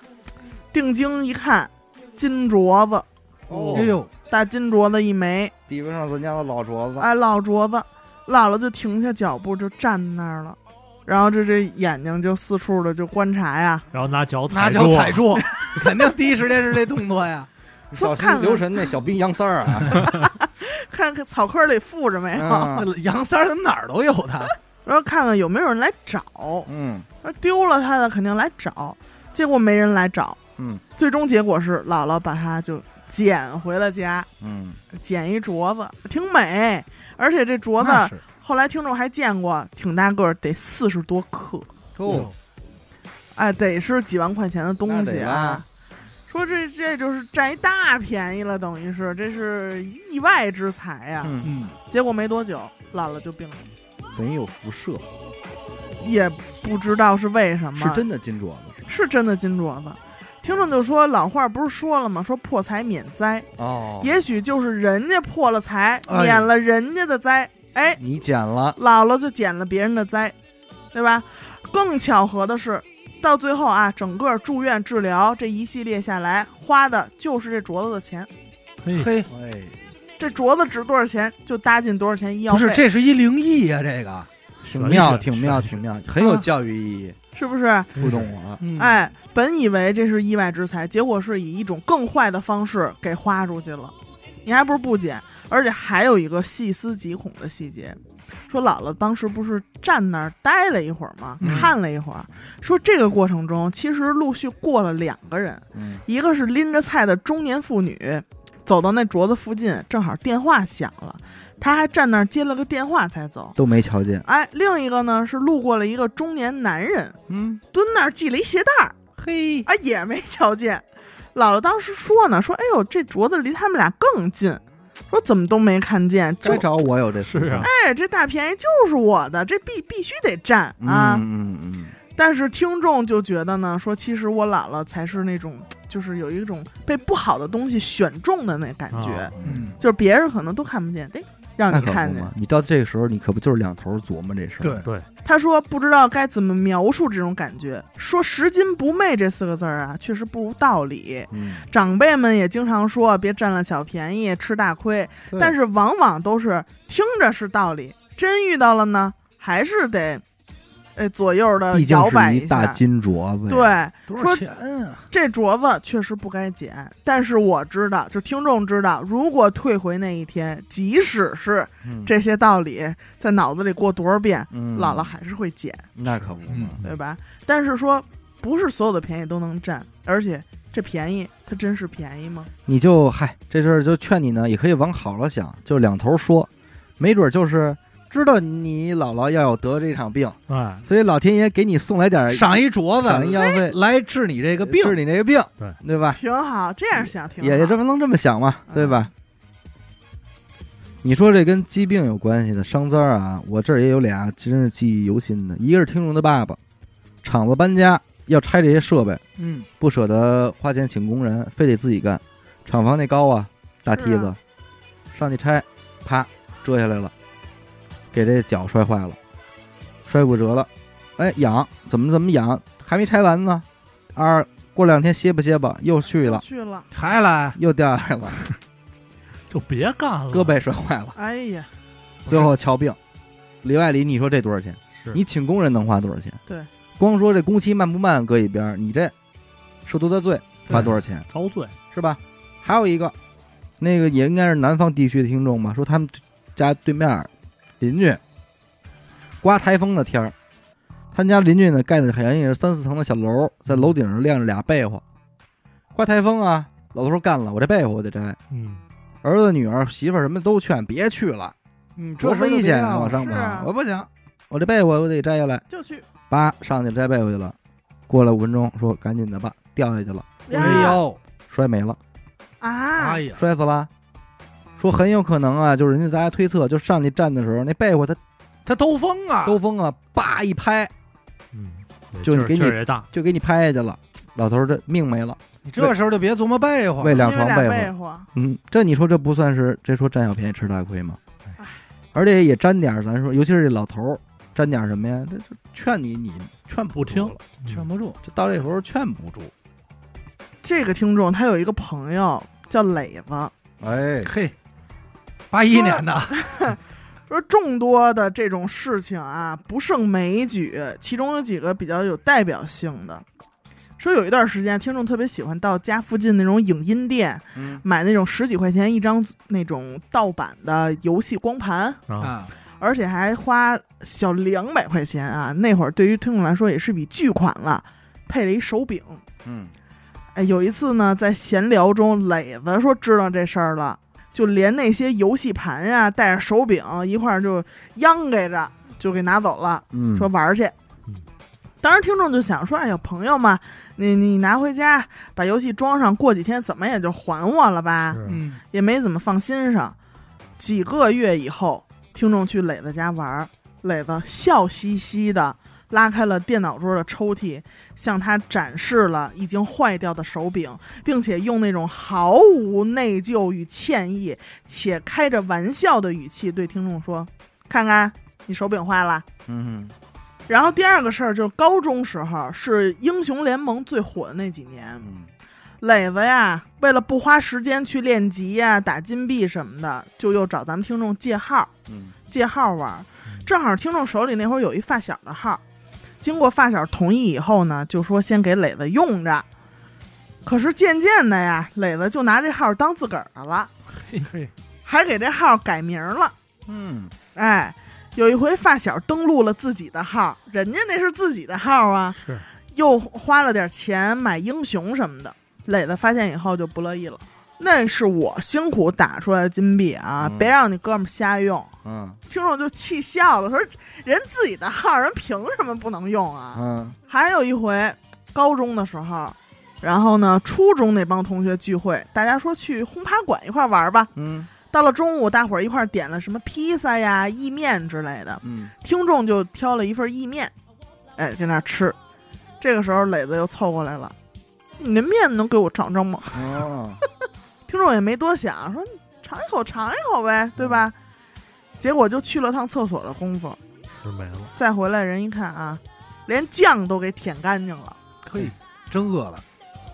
Speaker 3: 定睛一看，金镯子。
Speaker 1: 哦
Speaker 2: 哎呦，
Speaker 3: 大金镯子一枚，
Speaker 1: 地位上咱家的老镯子，
Speaker 3: 哎，老镯子，姥姥就停下脚步，就站那儿了，然后这这眼睛就四处的就观察呀，
Speaker 4: 然后拿脚
Speaker 2: 拿
Speaker 4: 踩
Speaker 2: 脚
Speaker 4: 住
Speaker 2: 踩住， 肯定第一时间是这动作呀。
Speaker 1: 小心留神那小冰洋丝儿啊，
Speaker 3: 看看草坑里附着没 有，
Speaker 1: 嗯
Speaker 2: 杨三儿怎么哪儿都有他？
Speaker 3: 然后看看有没有人来找，
Speaker 1: 嗯
Speaker 3: 说丢了他的肯定来找，结果没人来找，
Speaker 1: 嗯
Speaker 3: 最终结果是姥姥把他就捡回了家，
Speaker 1: 嗯，
Speaker 3: 捡一镯子，挺美，而且这镯
Speaker 2: 那
Speaker 3: 子
Speaker 2: 是
Speaker 3: 后来听众还见过，挺大个儿，得四十多克。
Speaker 1: 哦，
Speaker 3: 哎，得是几万块钱的东
Speaker 1: 那
Speaker 3: 西
Speaker 1: 得啦
Speaker 3: 啊。说这这就是占一大便宜了，等于是这是意外之财呀、
Speaker 1: 嗯，
Speaker 2: 嗯，
Speaker 3: 结果没多久，姥姥就病了，
Speaker 1: 等于有辐射，
Speaker 3: 也不知道是为什么，
Speaker 1: 是真的金镯子
Speaker 3: 是真的金镯子。听众就说老话不是说了吗？说破财免灾，
Speaker 1: 哦
Speaker 3: 也许就是人家破了财，
Speaker 2: 哎
Speaker 3: 免了人家的灾，哎，
Speaker 1: 你捡了，
Speaker 3: 姥姥就捡了别人的灾，对吧？更巧合的是，到最后啊，整个住院治疗这一系列下来，花的就是这镯子的钱。
Speaker 4: 嘿，
Speaker 2: 嗯嘿，
Speaker 1: 哎，
Speaker 3: 这镯子值多少钱，就搭进多少钱医药
Speaker 2: 不
Speaker 3: 费。
Speaker 2: 是，这是一灵异呀，这个
Speaker 1: 挺妙，
Speaker 4: 玄学
Speaker 1: 挺妙，
Speaker 4: 玄学
Speaker 1: 挺妙，很有教育意义，
Speaker 3: 是不是？
Speaker 1: 触动我了。
Speaker 2: 嗯，
Speaker 3: 哎，本以为这是意外之财，结果是以一种更坏的方式给花出去了。你还不是不捡，而且还有一个细思极恐的细节，说姥姥当时不是站那儿待了一会儿吗？
Speaker 2: 嗯
Speaker 3: 看了一会儿，说这个过程中其实陆续过了两个人，
Speaker 1: 嗯
Speaker 3: 一个是拎着菜的中年妇女，走到那镯子附近，正好电话响了，她还站那儿接了个电话才走。
Speaker 1: 都没瞧见。
Speaker 3: 哎，另一个呢是路过了一个中年男人，
Speaker 1: 嗯，
Speaker 3: 蹲那儿系了一鞋带儿，
Speaker 1: 嘿，
Speaker 3: 啊，也没瞧见。姥姥当时说呢，说哎呦，这镯子离他们俩更近，说怎么都没看见，就
Speaker 1: 该找我有这福分
Speaker 4: 是啊
Speaker 3: 哎，这大便宜就是我的，这必必须得占啊。
Speaker 1: 嗯嗯嗯，
Speaker 3: 但是听众就觉得呢，说其实我姥姥才是那种，就是有一种被不好的东西选中的那感觉，
Speaker 4: 啊
Speaker 2: 嗯，
Speaker 3: 就是别人可能都看不见，哎，让
Speaker 1: 那
Speaker 3: 你
Speaker 1: 可
Speaker 3: 看
Speaker 1: 不
Speaker 3: 见。
Speaker 1: 嘛，你到这个时候，你可不就是两头琢磨这事儿？
Speaker 2: 对，
Speaker 3: 他说不知道该怎么描述这种感觉，说“拾金不昧”这四个字儿啊，确实不无道理。
Speaker 1: 嗯，
Speaker 3: 长辈们也经常说别占了小便宜吃大亏，
Speaker 1: 对
Speaker 3: 但是往往都是听着是道理，真遇到了呢，还是得，呃，左右的
Speaker 1: 毕竟
Speaker 3: 摇摆
Speaker 1: 是一大
Speaker 3: 下。
Speaker 1: 金镯子。，
Speaker 3: 对，
Speaker 2: 多少
Speaker 3: 说
Speaker 2: 钱啊？
Speaker 3: 这镯子确实不该捡，但是我知道，就听众知道，如果退回那一天，即使是
Speaker 1: 嗯
Speaker 3: 这些道理在脑子里过多少遍，
Speaker 1: 嗯
Speaker 3: 姥姥还是会捡，
Speaker 1: 那可不嘛，
Speaker 2: 嗯
Speaker 3: 对吧？但是说不是所有的便宜都能占，而且这便宜它真是便宜吗？
Speaker 1: 你就嗨，这事儿就劝你呢，也可以往好了想，就两头说，没准就是知道你姥姥要有得这场病，
Speaker 4: 哎，
Speaker 1: 所以老天爷给你送来点儿
Speaker 2: 赏一镯
Speaker 1: 哎赏医
Speaker 2: 子
Speaker 1: 药
Speaker 3: 哎
Speaker 1: 费，
Speaker 2: 来治你这个病，
Speaker 1: 治你这个病，
Speaker 4: 对
Speaker 1: 对吧？
Speaker 3: 挺好，这样想挺好。
Speaker 1: 也也这么能这么想嘛，
Speaker 3: 嗯
Speaker 1: 对吧？你说这跟疾病有关系的伤灾儿啊，我这儿也有俩真是记忆犹新的，一个是听众的爸爸，厂子搬家要拆这些设备，
Speaker 2: 嗯，
Speaker 1: 不舍得花钱请工人，非得自己干。厂房那高啊，大梯
Speaker 3: 是
Speaker 1: 子，上去拆，啪折下来了，给这脚摔坏了，摔骨折了，哎痒，怎么怎么痒，还没拆完呢，二过两天歇吧歇吧，又去了，
Speaker 3: 去了，
Speaker 2: 还来，
Speaker 1: 又掉下来了，
Speaker 4: 就别干了，
Speaker 1: 胳膊也摔坏了，
Speaker 3: 哎呀，
Speaker 1: 最后瞧病，里外里你说这多少钱？
Speaker 4: 是
Speaker 1: 你请工人能花多少钱？
Speaker 3: 对，
Speaker 1: 光说这工期慢不慢搁一边儿，你这受多大罪花多少钱？
Speaker 4: 遭罪，
Speaker 1: 是吧？还有一个，那个也应该是南方地区的听众吧，说他们家对面儿邻居刮台风的天儿，他们家邻居呢盖的好像也是三四层的小楼，在楼顶上晾着俩被窝，刮台风啊，老头儿干了，我这被窝我得摘。
Speaker 4: 嗯，
Speaker 1: 儿子、女儿、媳妇儿什么都劝别去了，
Speaker 2: 嗯，
Speaker 1: 多
Speaker 2: 事儿就
Speaker 1: 危
Speaker 2: 别
Speaker 1: 险
Speaker 2: 干
Speaker 1: 啊！
Speaker 2: 了
Speaker 1: 往上
Speaker 3: 是
Speaker 1: 爬，
Speaker 3: 啊
Speaker 1: 我不行，我这被窝我得摘下来，
Speaker 3: 就去。
Speaker 1: 叭上去摘被窝去了。过了五分钟，说赶紧的吧，掉下去了，
Speaker 3: 呀
Speaker 2: 哎呦，
Speaker 1: 摔没了。
Speaker 3: 啊
Speaker 2: 哎！呀，
Speaker 1: 摔死了。说很有可能啊，就是人家大家推测，就上去站的时候，那被窝它
Speaker 2: 他兜风啊，
Speaker 1: 兜风啊，叭一拍
Speaker 4: 嗯，对
Speaker 1: 就
Speaker 4: 劲儿
Speaker 1: 给你
Speaker 4: 劲儿也大，
Speaker 1: 就给你拍下去了，老头儿这命没了，
Speaker 2: 你这时候就别琢磨被窝
Speaker 1: 为
Speaker 2: 了，
Speaker 1: 两
Speaker 3: 因为
Speaker 1: 床
Speaker 3: 俩
Speaker 1: 被
Speaker 3: 被
Speaker 1: 窝。
Speaker 3: 窝，
Speaker 1: 嗯，这你说这不算是这说占小便宜吃大亏吗？而且也沾点儿，咱说，尤其是这老头儿沾点儿什么呀？这这劝你你劝
Speaker 4: 不听
Speaker 1: 住了，
Speaker 2: 劝不住，
Speaker 1: 这到这时候劝不住。
Speaker 3: 这个听众他有一个朋友叫磊子，
Speaker 1: 哎，
Speaker 2: 嘿，八一年的，
Speaker 3: 说众多的这种事情啊，不胜枚举，其中有几个比较有代表性的。说有一段时间，听众特别喜欢到家附近那种影音店
Speaker 1: 嗯，
Speaker 3: 买那种十几块钱一张那种盗版的游戏光盘，
Speaker 4: 啊，
Speaker 2: 啊，
Speaker 3: 而且还花小两百块钱啊！那会儿对于听众来说也是笔巨款了，配了一手柄。
Speaker 1: 嗯，
Speaker 3: 哎，有一次呢，在闲聊中，磊子说知道这事儿了，就连那些游戏盘呀、带着手柄一块儿就央给着，就给拿走了，
Speaker 1: 嗯，
Speaker 3: 说玩儿去
Speaker 4: 嗯。
Speaker 3: 当时听众就想说：“哎呀，朋友嘛，你你拿回家把游戏装上，过几天怎么也就还我了吧？
Speaker 4: 是
Speaker 2: 嗯，
Speaker 3: 也没怎么放心上。”几个月以后，听众去磊子家玩儿，磊子笑嘻嘻的拉开了电脑桌的抽屉，向他展示了已经坏掉的手柄，并且用那种毫无内疚与歉意且开着玩笑的语气对听众说：“看看你手柄坏了。”
Speaker 1: 嗯，
Speaker 3: 然后第二个事儿就是高中时候是英雄联盟最火的那几年，
Speaker 1: 嗯
Speaker 3: 磊子呀，为了不花时间去练级呀、打金币什么的，就又找咱们听众借号，
Speaker 1: 嗯
Speaker 3: 借号玩儿。正好听众手里那会儿有一发小的号，经过发小同意以后呢，就说先给磊子用着。可是渐渐的呀，磊子就拿这号当自个儿的了，
Speaker 4: 嘿嘿，
Speaker 3: 还给这号改名了。
Speaker 1: 嗯，
Speaker 3: 哎，有一回发小登录了自己的号，人家那是自己的号啊，
Speaker 4: 是
Speaker 3: 又花了点钱买英雄什么的。磊子发现以后就不乐意了，那是我辛苦打出来的金币啊，
Speaker 1: 嗯
Speaker 3: 别让你哥们儿瞎用。
Speaker 1: 嗯
Speaker 3: 听众就气笑了，说人自己的号，人凭什么不能用啊？
Speaker 1: 嗯
Speaker 3: 还有一回，高中的时候，然后呢，初中那帮同学聚会，大家说去轰趴馆一块儿玩吧。
Speaker 1: 嗯
Speaker 3: 到了中午，大伙儿一块儿点了什么披萨呀、意面之类的，
Speaker 1: 嗯，
Speaker 3: 听众就挑了一份意面，哎，在那儿吃。这个时候，磊子又凑过来了，你的面能给我尝尝吗？
Speaker 1: 哦，
Speaker 3: 听众也没多想，说你尝一口尝一口呗，对吧？结果就去了趟厕所的功夫，
Speaker 4: 吃没了，
Speaker 3: 再回来人一看啊，连酱都给舔干净了，
Speaker 2: 可以，真饿了，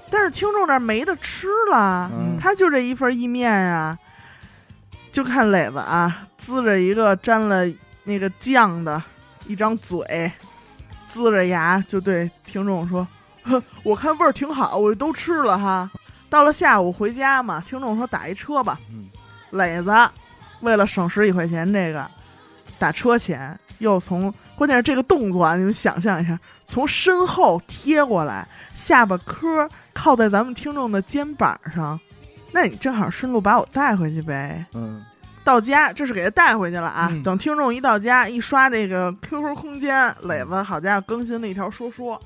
Speaker 3: 但是听众这儿没得吃了，
Speaker 1: 嗯
Speaker 3: 他就这一份意面啊，就看磊子啊，呲着一个沾了那个酱的一张嘴，呲着牙就对听众说：“呵我看味儿挺好，我就都吃了哈。”到了下午回家嘛，听众说打一车吧，
Speaker 1: 嗯
Speaker 3: 磊子为了省十几块钱，这个打车钱又从，关键是这个动作啊，你们想象一下，从身后贴过来，下巴颏靠在咱们听众的肩膀上，那你正好顺路把我带回去呗。
Speaker 1: 嗯
Speaker 3: 到家，这是给他带回去了啊。
Speaker 2: 嗯
Speaker 3: 等听众一到家，一刷这个 QQ 空间，磊子好家伙更新了一条说说，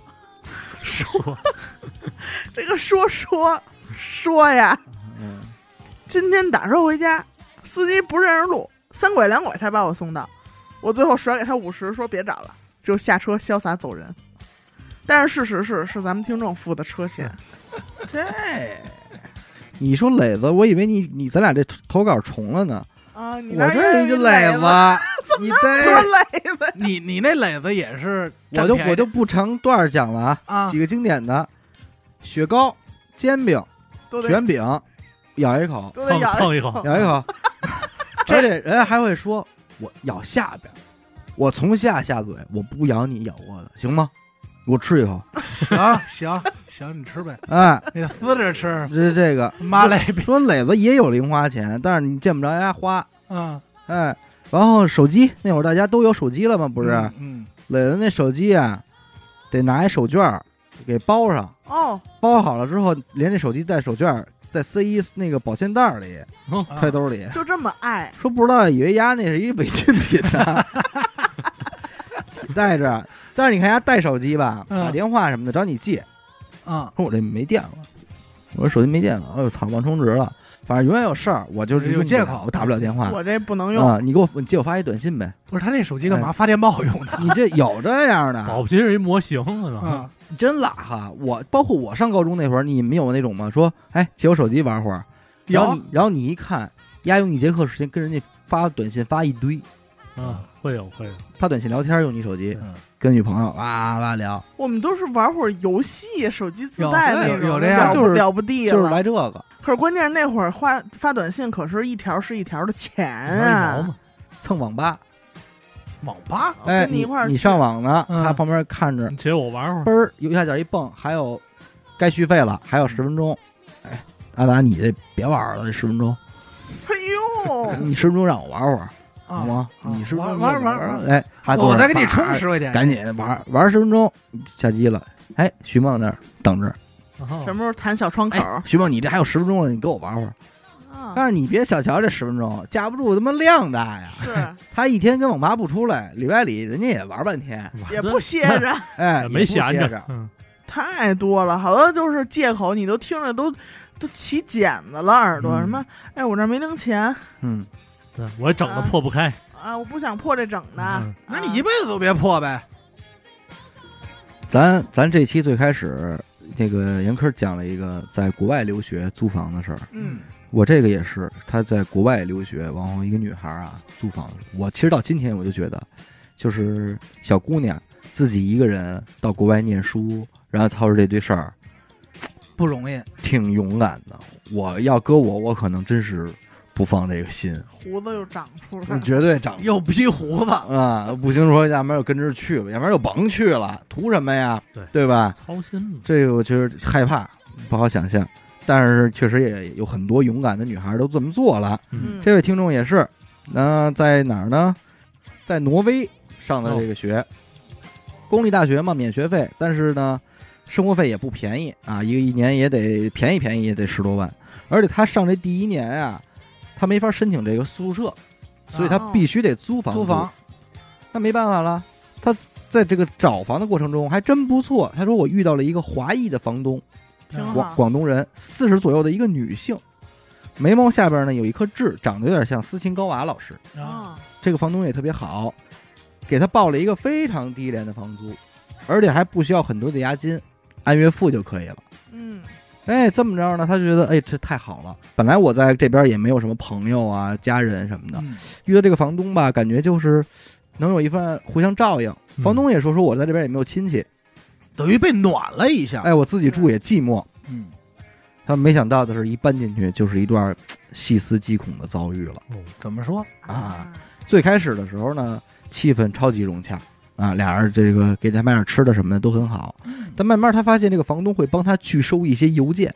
Speaker 4: 说
Speaker 3: 这个说说说呀，
Speaker 1: 嗯，
Speaker 3: 今天打车回家，司机不认识路，三拐两拐才把我送到。我最后甩给他五十，说别找了，就下车潇洒走人。但是事实是，是咱们听众付的车钱。
Speaker 1: 这，你说磊子，我以为你你咱俩这投稿重了呢，
Speaker 3: 啊，你那
Speaker 1: 我
Speaker 3: 儿
Speaker 1: 这
Speaker 3: 又
Speaker 1: 就
Speaker 3: 一
Speaker 1: 磊
Speaker 3: 累
Speaker 1: 子
Speaker 3: 了，，
Speaker 1: 你
Speaker 3: 说
Speaker 1: 这
Speaker 3: 累了。
Speaker 2: 你你那磊子也是
Speaker 1: 我
Speaker 2: 占
Speaker 1: 就
Speaker 2: 便宜，
Speaker 1: 我就不成段儿讲了啊，
Speaker 2: 啊
Speaker 1: 几，个经典的，雪糕、煎饼、
Speaker 3: 都得哦
Speaker 1: 卷饼，咬一口，
Speaker 3: 都得
Speaker 4: 蹭
Speaker 3: 咬
Speaker 4: 蹭一口，
Speaker 1: 咬一口，而且人家还会说，我咬下边儿，我从下下嘴，我不咬你咬过的，行吗？我吃一口，
Speaker 2: 行行行，你吃呗，
Speaker 1: 哎，
Speaker 2: 你撕着吃，
Speaker 1: 这这个
Speaker 2: 妈嘞，别
Speaker 1: 说磊子也有零花钱，但是你见不着人家花，
Speaker 2: 嗯，
Speaker 1: 哎，然后手机那会儿大家都有手机了吗？不是，啊
Speaker 2: 嗯，
Speaker 1: 磊子那手机啊，得拿一手绢儿给包上，
Speaker 3: 哦，
Speaker 1: 包好了之后，连这手机带手绢儿再塞一那个保鲜袋儿里，
Speaker 2: 嗯
Speaker 1: 揣，兜里，
Speaker 3: 就这么爱，
Speaker 1: 说不知道，以为丫那是一违禁品呢， 带着。但是你看丫带手机吧，
Speaker 2: 嗯
Speaker 1: 打电话什么的找你借，
Speaker 2: 嗯，
Speaker 1: 说我这没电了，我说手机没电了，哎呦操，忘充值了，反正永远有事儿，我就是
Speaker 2: 有
Speaker 1: 用不了
Speaker 2: 借口
Speaker 1: 我打不了电话
Speaker 3: 我这不能用。
Speaker 1: 啊、你给我你借我发一短信 呗，
Speaker 2: 不是他那手机
Speaker 1: 哎
Speaker 2: 干嘛发电报用的？
Speaker 1: 你这有这样的，
Speaker 4: 保不齐是一模型呢。
Speaker 2: 嗯
Speaker 1: 真拉哈！我包括我上高中那会儿，你们有那种吗？说，哎，借我手机玩会儿，然后
Speaker 2: 有
Speaker 1: 你然后你一看，丫用一节课时间跟人家发短信发一堆，
Speaker 4: 嗯，会有会有，
Speaker 1: 发短信聊天用你手机，
Speaker 2: 嗯
Speaker 1: 跟女朋友哇哇聊，
Speaker 3: 我们都是玩会儿游戏，手机自
Speaker 2: 有
Speaker 3: 带
Speaker 2: 有
Speaker 3: 那种，
Speaker 2: 有这样
Speaker 3: 了
Speaker 1: 就是
Speaker 3: 了不地了。
Speaker 1: 就是来这个
Speaker 3: 可是关键是那会儿发发短信，可是一条是一条的钱
Speaker 4: 毛
Speaker 3: 啊。
Speaker 4: 嘛，蹭
Speaker 1: 蹭网吧，
Speaker 2: 网吧，
Speaker 1: 哎，
Speaker 3: 哦跟你一
Speaker 1: 你
Speaker 3: 块儿
Speaker 1: 你
Speaker 3: 去
Speaker 1: 上网呢，
Speaker 2: 嗯
Speaker 1: 他旁边看着，
Speaker 4: 且我玩会儿
Speaker 1: 嘣儿右下角一蹦，还有该续费了，还有十分钟，哎，阿达你这别玩了，这十分钟，
Speaker 3: 哎呦，
Speaker 1: 你十分钟让我玩会儿好
Speaker 2: 啊，
Speaker 1: 吗？
Speaker 2: 啊
Speaker 1: 你十分钟
Speaker 2: 玩玩
Speaker 1: 你
Speaker 2: 玩
Speaker 1: 玩
Speaker 2: 玩
Speaker 1: 哎，还坐
Speaker 2: 我
Speaker 1: 那儿
Speaker 2: 再给你充
Speaker 1: 叭
Speaker 2: 十块钱，
Speaker 1: 赶紧玩玩十分钟，下机了。哎，徐梦那儿等着。
Speaker 4: 啊
Speaker 3: 哎什么时候弹小窗口？
Speaker 1: 哎，徐梦，你这还有十分钟了，你给我玩会儿。但
Speaker 3: 啊，
Speaker 1: 是你别小瞧这十分钟，架不住他妈量大呀。
Speaker 3: 是
Speaker 1: 他一天跟网吧不出来，里外里人家也玩半天，
Speaker 3: 也不歇着，
Speaker 1: 哎，
Speaker 4: 没
Speaker 1: 也不
Speaker 4: 闲
Speaker 1: 歇
Speaker 4: 着
Speaker 1: 着。，
Speaker 4: 嗯，
Speaker 3: 太多了，好多就是借口，你都听着都都起茧子了，耳朵
Speaker 1: 嗯
Speaker 3: 什么？哎，我这儿没零钱
Speaker 1: 嗯，
Speaker 4: 对我也整的破不开，
Speaker 3: 啊，我不想破这整的。
Speaker 4: 嗯
Speaker 2: 那你一辈子都别破呗。
Speaker 1: 咱咱这期最开始那个严科讲了一个在国外留学租房的事儿，
Speaker 3: 嗯，
Speaker 1: 我这个也是，他在国外留学，然后一个女孩啊租房，我其实到今天我就觉得，就是小姑娘自己一个人到国外念书，然后操着这堆事儿，
Speaker 2: 不容易，
Speaker 1: 挺勇敢的。我要搁我，我可能真是不放这个心，
Speaker 3: 胡子又长出来
Speaker 1: 你
Speaker 3: 了。
Speaker 1: 绝对长
Speaker 2: 又逼胡子，
Speaker 1: 啊！不行说，要不然就跟着去吧，要不然就甭去了，图什么呀？
Speaker 4: 对
Speaker 1: 对吧？
Speaker 4: 操心嘛。
Speaker 1: 这个我确实害怕，不好想象。但是确实也有很多勇敢的女孩都这么做了。
Speaker 3: 嗯，
Speaker 1: 这位听众也是，那、在哪儿呢？在挪威上的这个学，公立大学嘛，免学费，但是呢，生活费也不便宜啊，一个一年也得便宜便宜也得十多万。而且他上这第一年啊，他没法申请这个宿舍，所以他
Speaker 3: 哦
Speaker 1: 必须得租房
Speaker 2: 租房，
Speaker 1: 那没办法了，他在这个找房的过程中还真不错。他说我遇到了一个华裔的房东，
Speaker 3: 挺
Speaker 1: 广
Speaker 3: 好。
Speaker 1: 广东人，四十左右的一个女性，眉毛下边呢有一颗痣，长得有点像斯琴高娃老师。
Speaker 2: 啊，
Speaker 3: 啊，
Speaker 1: 这个房东也特别好，给他报了一个非常低廉的房租，而且还不需要很多的押金，按月付就可以了。
Speaker 3: 嗯，
Speaker 1: 哎，这么着呢，他觉得哎这太好了。本来我在这边也没有什么朋友啊、家人什么的，
Speaker 2: 嗯
Speaker 1: 遇到这个房东吧，感觉就是能有一份互相照应。
Speaker 4: 嗯
Speaker 1: 房东也说说我在这边也没有亲戚，
Speaker 2: 等于被暖了一下，
Speaker 1: 哎，我自己住也寂寞。
Speaker 2: 嗯，
Speaker 1: 他没想到的是，一搬进去就是一段嘖细思极恐的遭遇了。
Speaker 2: 怎么说？
Speaker 1: 啊，最开始的时候呢，气氛超级融洽啊，俩人这个给他买点吃的什么的都很好。
Speaker 3: 嗯
Speaker 1: 但慢慢他发现，这个房东会帮他拒收一些邮件，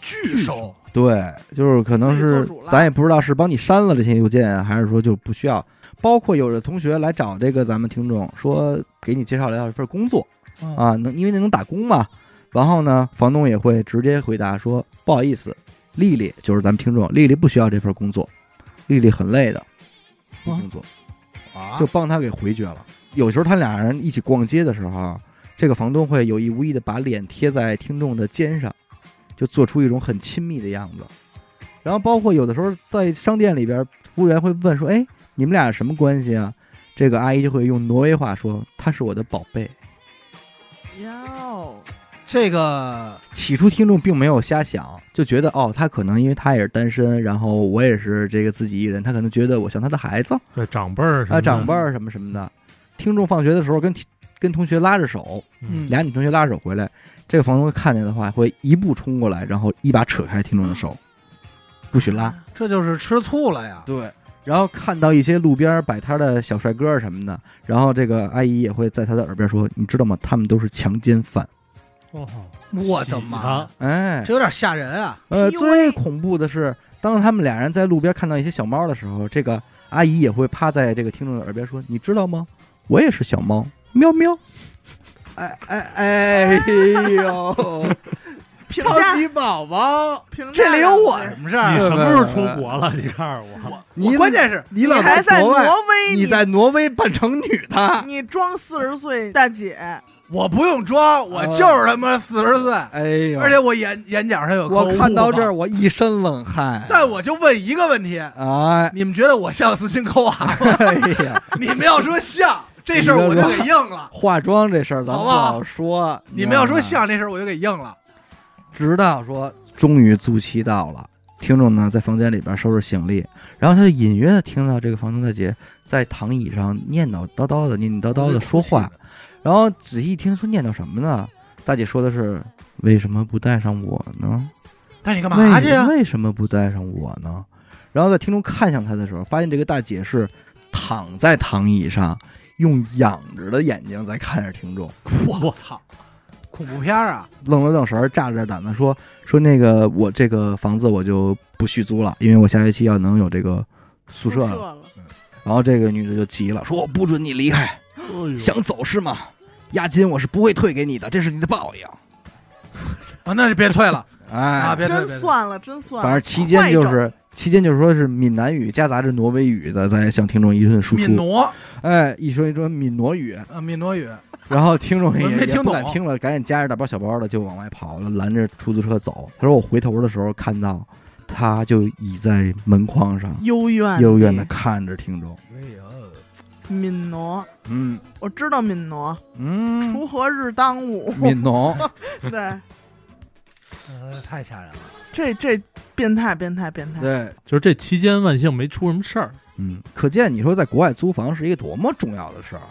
Speaker 2: 拒收，
Speaker 1: 对，就是可能
Speaker 3: 自
Speaker 1: 是
Speaker 3: 己做主了
Speaker 1: 咱也不知道是帮你删了这些邮件，啊还是说就不需要。包括有的同学来找这个咱们听众说，给你介绍了一份工作
Speaker 2: 嗯，
Speaker 1: 啊，能因为那能打工嘛。然后呢，房东也会直接回答说：“不好意思，丽丽就是咱们听众，丽丽不需要这份工作，丽丽很累的，不工作。”
Speaker 2: 啊
Speaker 1: 就帮他给回绝了。有时候他俩人一起逛街的时候，啊这个房东会有意无意的把脸贴在听众的肩上，就做出一种很亲密的样子。然后包括有的时候在商店里边，服务员会问说：“哎，你们俩什么关系啊？”这个阿姨就会用挪威话说：“她是我的宝贝。
Speaker 3: 哟，
Speaker 2: 这个”
Speaker 1: 起初听众并没有瞎想，就觉得哦，他可能因为他也是单身，然后我也是这个自己一人，他可能觉得我像他的孩子，
Speaker 4: 对长辈儿什么
Speaker 1: 啊，
Speaker 4: 的
Speaker 1: 长辈儿什么什么的。听众放学的时候跟跟同学拉着手，
Speaker 4: 嗯
Speaker 1: 俩女同学拉手回来，这个房东看见的话会一步冲过来，然后一把扯开听众的手，不许拉。
Speaker 2: 这就是吃醋了呀，
Speaker 1: 对，然后看到一些路边摆摊的小帅哥什么的，然后这个阿姨也会在他的耳边说：“你知道吗？他们都是强奸犯。
Speaker 4: 哦，
Speaker 2: 我的妈，
Speaker 1: 哎，
Speaker 2: 这有点吓人啊！
Speaker 1: 呃，
Speaker 3: PUA
Speaker 1: 最恐怖的是，当他们俩人在路边看到一些小猫的时候，这个阿姨也会趴在这个听众的耳边说：“你知道吗？我也是小猫，喵喵。”哎哎 哎呦，
Speaker 3: 评
Speaker 1: 超
Speaker 3: 价
Speaker 1: 级宝宝，
Speaker 3: 评价
Speaker 2: 这里有我
Speaker 3: 两
Speaker 2: 什么
Speaker 3: 句
Speaker 2: 事儿
Speaker 4: 你
Speaker 2: 啊？
Speaker 4: 什么时候出国了？你告诉我，
Speaker 1: 你
Speaker 2: 我关键是
Speaker 1: 你
Speaker 3: 你
Speaker 1: 老
Speaker 3: 还在
Speaker 1: 国
Speaker 3: 挪
Speaker 1: 外，
Speaker 3: 威，
Speaker 1: 你在挪威扮成女的。
Speaker 3: 你装四十岁大姐，
Speaker 2: 我不用装，我就是他妈四十岁，
Speaker 1: 哎呦，
Speaker 2: 而且我眼眼角上有颗
Speaker 1: 我看到
Speaker 2: 痦子
Speaker 1: 这儿，我一身冷汗。
Speaker 2: 但我就问一个问题：
Speaker 1: 哎，
Speaker 2: 你们觉得我像斯琴高娃吗？
Speaker 1: 哎 呀，
Speaker 2: 你们要说像这事儿，我就给应了；
Speaker 1: 化妆这事儿咱们不
Speaker 2: 好吧
Speaker 1: 好说。
Speaker 2: 你们要说
Speaker 1: 像，
Speaker 2: 像这事儿，我就给应了。
Speaker 1: 直到说终于租期到了，听众呢在房间里边收拾行李，然后他就隐约的听到这个房东大姐在躺椅上念叨叨叨的念叨叨的说话，然后仔细一听说念叨什么呢？大姐说的是为什么不带上我呢？
Speaker 2: 带你干嘛去啊
Speaker 1: 为
Speaker 2: 呀？
Speaker 1: 为什么不带上我呢？然后在听众看向他的时候，发现这个大姐是躺在躺椅上，用仰着的眼睛在看着听众，
Speaker 2: 我操，恐怖片儿啊！
Speaker 1: 愣了愣神儿，炸着胆子说说那个我这个房子我就不续租了，因为我下学期要能有这个宿舍了。
Speaker 3: 了，
Speaker 1: 然后这个女的就急了，说我不准你离开，
Speaker 4: 哎嗯
Speaker 1: 想走是吗？押金我是不会退给你的，这是你的报应。
Speaker 2: 啊，那就别退了啊！
Speaker 1: 哎，
Speaker 2: 别退，
Speaker 3: 真
Speaker 2: 别退
Speaker 3: 算了，真算了。
Speaker 1: 反正期间
Speaker 3: 坏
Speaker 1: 就
Speaker 3: 种
Speaker 1: 是期间就是说是闽南语夹杂着挪威语的在向听众一顿输出
Speaker 2: 闽。挪，
Speaker 1: 哎，一说一说闽挪语，
Speaker 2: 啊，闽挪语，
Speaker 1: 然后听众也
Speaker 2: 我没
Speaker 1: 也
Speaker 2: 听
Speaker 1: 不
Speaker 2: 懂
Speaker 1: 敢听了，赶紧夹着大包小包的就往外跑了，拦着出租车走。他说我回头的时候看到，他就倚在门框上，
Speaker 3: 幽怨
Speaker 1: 幽怨的看着听众。
Speaker 2: 哎呦，
Speaker 3: 悯挪，
Speaker 1: 嗯
Speaker 3: 我知道悯挪，
Speaker 1: 嗯，
Speaker 3: 锄禾日当 午。
Speaker 1: 闽 农
Speaker 3: 对，
Speaker 2: 呃太吓人了。
Speaker 3: 这这变态，变态，变态。
Speaker 1: 对，
Speaker 4: 就是这期间万幸没出什么事儿，
Speaker 1: 嗯，可见你说在国外租房是一个多么重要的事儿。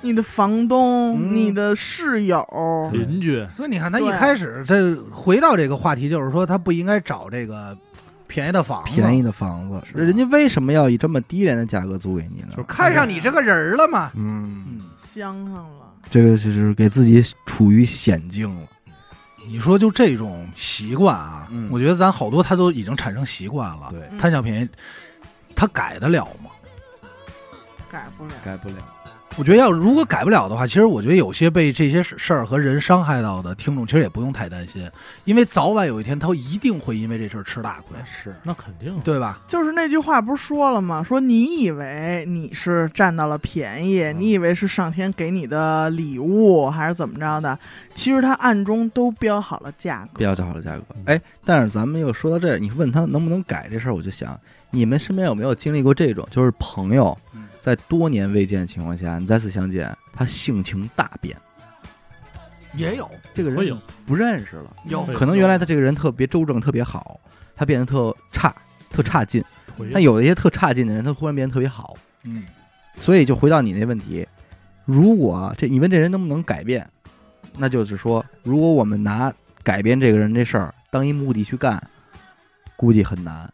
Speaker 3: 你的房东，
Speaker 1: 嗯
Speaker 3: 你的室友，
Speaker 1: 对
Speaker 4: 邻居
Speaker 2: 所以你看，他
Speaker 3: 对啊
Speaker 2: 一开始这回到这个话题，就是说他不应该找这个便宜的房子，
Speaker 1: 便宜的房子，人家为什么要以这么低廉的价格租给你呢？
Speaker 4: 就是
Speaker 2: 看上你这个人儿了嘛。
Speaker 1: 嗯，
Speaker 2: 嗯，
Speaker 3: 香上了。
Speaker 1: 这个就是给自己处于险境了。
Speaker 2: 你说就这种习惯啊，
Speaker 1: 嗯
Speaker 2: 我觉得咱好多他都已经产生习惯了。
Speaker 1: 对
Speaker 3: 嗯
Speaker 2: 贪小便宜，他改得了吗？
Speaker 3: 改不了。
Speaker 1: 改不了。
Speaker 2: 我觉得要如果改不了的话，其实我觉得有些被这些事事儿和人伤害到的听众，其实也不用太担心，因为早晚有一天他一定会因为这事儿吃大亏，
Speaker 1: 是，
Speaker 4: 那肯定
Speaker 2: 对吧？
Speaker 3: 就是那句话不是说了吗？说你以为你是占到了便宜，
Speaker 1: 嗯
Speaker 3: 你以为是上天给你的礼物，还是怎么着的？其实他暗中都标好了价格。
Speaker 1: 比较较好的价格
Speaker 4: 嗯。
Speaker 1: 哎，但是咱们又说到这儿，你问他能不能改这事儿，我就想，你们身边有没有经历过这种，就是朋友
Speaker 2: 嗯
Speaker 1: 在多年未见的情况下，你再次相见，他性情大变，
Speaker 2: 也有
Speaker 1: 这个
Speaker 4: 会有
Speaker 1: 人不认识了，
Speaker 2: 有
Speaker 4: 对
Speaker 1: 可能原来他这个人特别周正，特别好，他变得特差，特差劲。
Speaker 4: 会
Speaker 1: 但有一些特差劲的人，他忽然变得特别好，
Speaker 2: 嗯，
Speaker 1: 所以就回到你那问题，如果这你问这人能不能改变，那就是说，如果我们拿改变这个人这事儿当一目的去干，估计很难。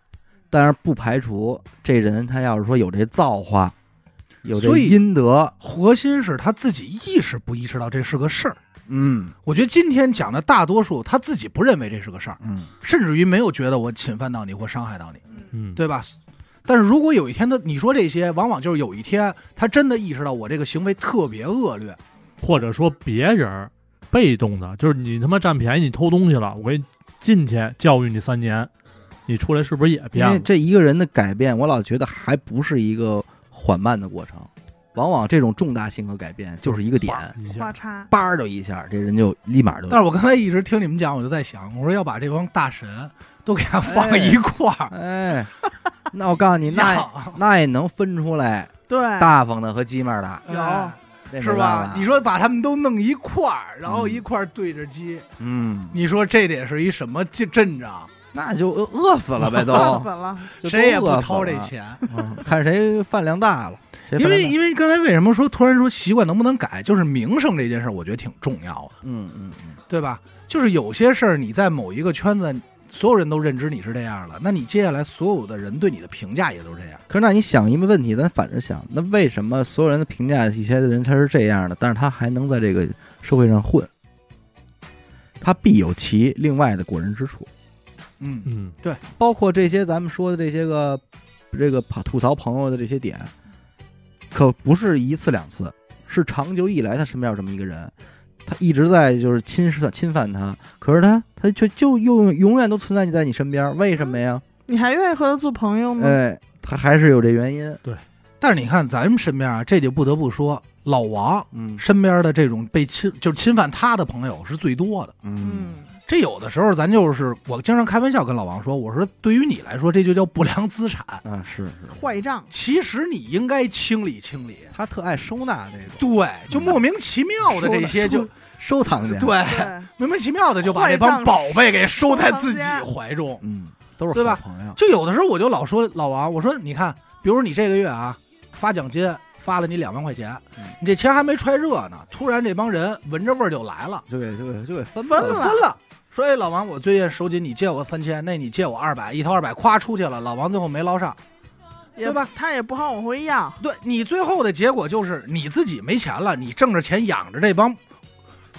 Speaker 1: 但是不排除这人他要是说有这造化，有这
Speaker 2: 所以
Speaker 1: 阴德，
Speaker 2: 核心是他自己意识不意识到这是个事儿。
Speaker 1: 嗯
Speaker 2: 我觉得今天讲的大多数他自己不认为这是个事儿，
Speaker 1: 嗯，
Speaker 2: 甚至于没有觉得我侵犯到你或伤害到你，
Speaker 4: 嗯，
Speaker 2: 对吧？但是如果有一天他你说这些，往往就是有一天他真的意识到我这个行为特别恶劣，
Speaker 4: 或者说别人儿被动的，就是你他妈占便宜，你偷东西了，我给你进去教育你三年，你出来是不是也
Speaker 1: 因
Speaker 4: 变
Speaker 1: 为
Speaker 4: 了？
Speaker 1: 这一个人的改变，我老觉得还不是一个缓慢的过程，往往这种重大性格改变就是一个点，
Speaker 4: 一下
Speaker 3: 花叉，
Speaker 1: 叭儿就一下，这人就立马就
Speaker 2: 但是我刚才一直听你们讲，我就在想，我说要把这帮大神都给他放一块儿，
Speaker 1: 哎，那我告诉你，那
Speaker 2: 要
Speaker 1: 那也能分出来
Speaker 3: 对，
Speaker 1: 大方的和鸡面的，
Speaker 3: 有
Speaker 2: 哎
Speaker 1: 这
Speaker 2: 是
Speaker 1: 没办
Speaker 2: 吧？
Speaker 1: 法
Speaker 2: 你，说把他们都弄一块儿，然后
Speaker 1: 嗯
Speaker 2: 一块儿对着鸡，
Speaker 1: 嗯，
Speaker 2: 你说这得是一什么阵阵仗？
Speaker 1: 那就饿饿死了呗，都
Speaker 3: 饿死了。
Speaker 1: 就都
Speaker 2: 谁也不
Speaker 1: 饿死
Speaker 2: 掏这
Speaker 1: 了
Speaker 2: 钱，
Speaker 1: 嗯看谁饭量大了。谁
Speaker 2: 因
Speaker 1: 饭量
Speaker 2: 为
Speaker 1: 大
Speaker 2: 因为刚才为什么说突然说习惯能不能改，就是名声这件事儿，我觉得挺重要的，
Speaker 1: 嗯嗯嗯，
Speaker 2: 对吧？就是有些事儿你在某一个圈子，所有人都认知你是这样了，那你接下来所有的人对你的评价也都是这样。
Speaker 1: 可是那你想一个问题，咱反着想，那为什么所有人的评价一些的人他是这样的，但是他还能在这个社会上混？他必有其另外的过人之处，
Speaker 2: 嗯
Speaker 4: 嗯，
Speaker 1: 包括这些咱们说的这些个这个吐槽朋友的这些点，可不是一次两次，是长久以来他身边有这么一个人，他一直在就是侵犯侵犯他，可是他他却就又永远都存在你在你身边，为什么呀？
Speaker 3: 你还愿意和他做朋友吗？
Speaker 1: 哎，他还是有这原因，
Speaker 2: 但是你看咱们身边啊，这就不得不说老王。
Speaker 1: 嗯
Speaker 2: 身边的这种被侵就是侵犯他的朋友是最多的。
Speaker 1: 嗯
Speaker 3: 嗯，
Speaker 2: 这有的时候咱就是我经常开玩笑跟老王说，我说对于你来说这就叫不良资产，
Speaker 1: 啊是是，
Speaker 3: 嗯坏账。
Speaker 2: 其实你应该清理清理。
Speaker 1: 他特爱收纳这种
Speaker 2: 对，就莫名其妙的这 些就
Speaker 1: 收藏去，，
Speaker 2: 对，
Speaker 3: 对，
Speaker 2: 莫名其妙的就把这帮宝贝给收在自己怀中。
Speaker 1: 嗯，都是
Speaker 2: 对吧
Speaker 1: 好朋友，
Speaker 2: 就有的时候我就老说老王，我说你看，比如你这个月啊发奖金发了你两万块钱
Speaker 1: 嗯，
Speaker 2: 你这钱还没揣热呢，突然这帮人闻着味儿就来了。
Speaker 1: 就给就给就给分
Speaker 3: 分
Speaker 1: 了
Speaker 3: 了
Speaker 2: 分了。说哎，老王，我最近手紧，你借我三千，那你借我二百，一头二百，咵出去了。老王最后没捞上，
Speaker 3: 也
Speaker 2: 对吧？
Speaker 3: 他也不好往回要，
Speaker 2: 对你最后的结果就是你自己没钱了，你挣着钱养着这帮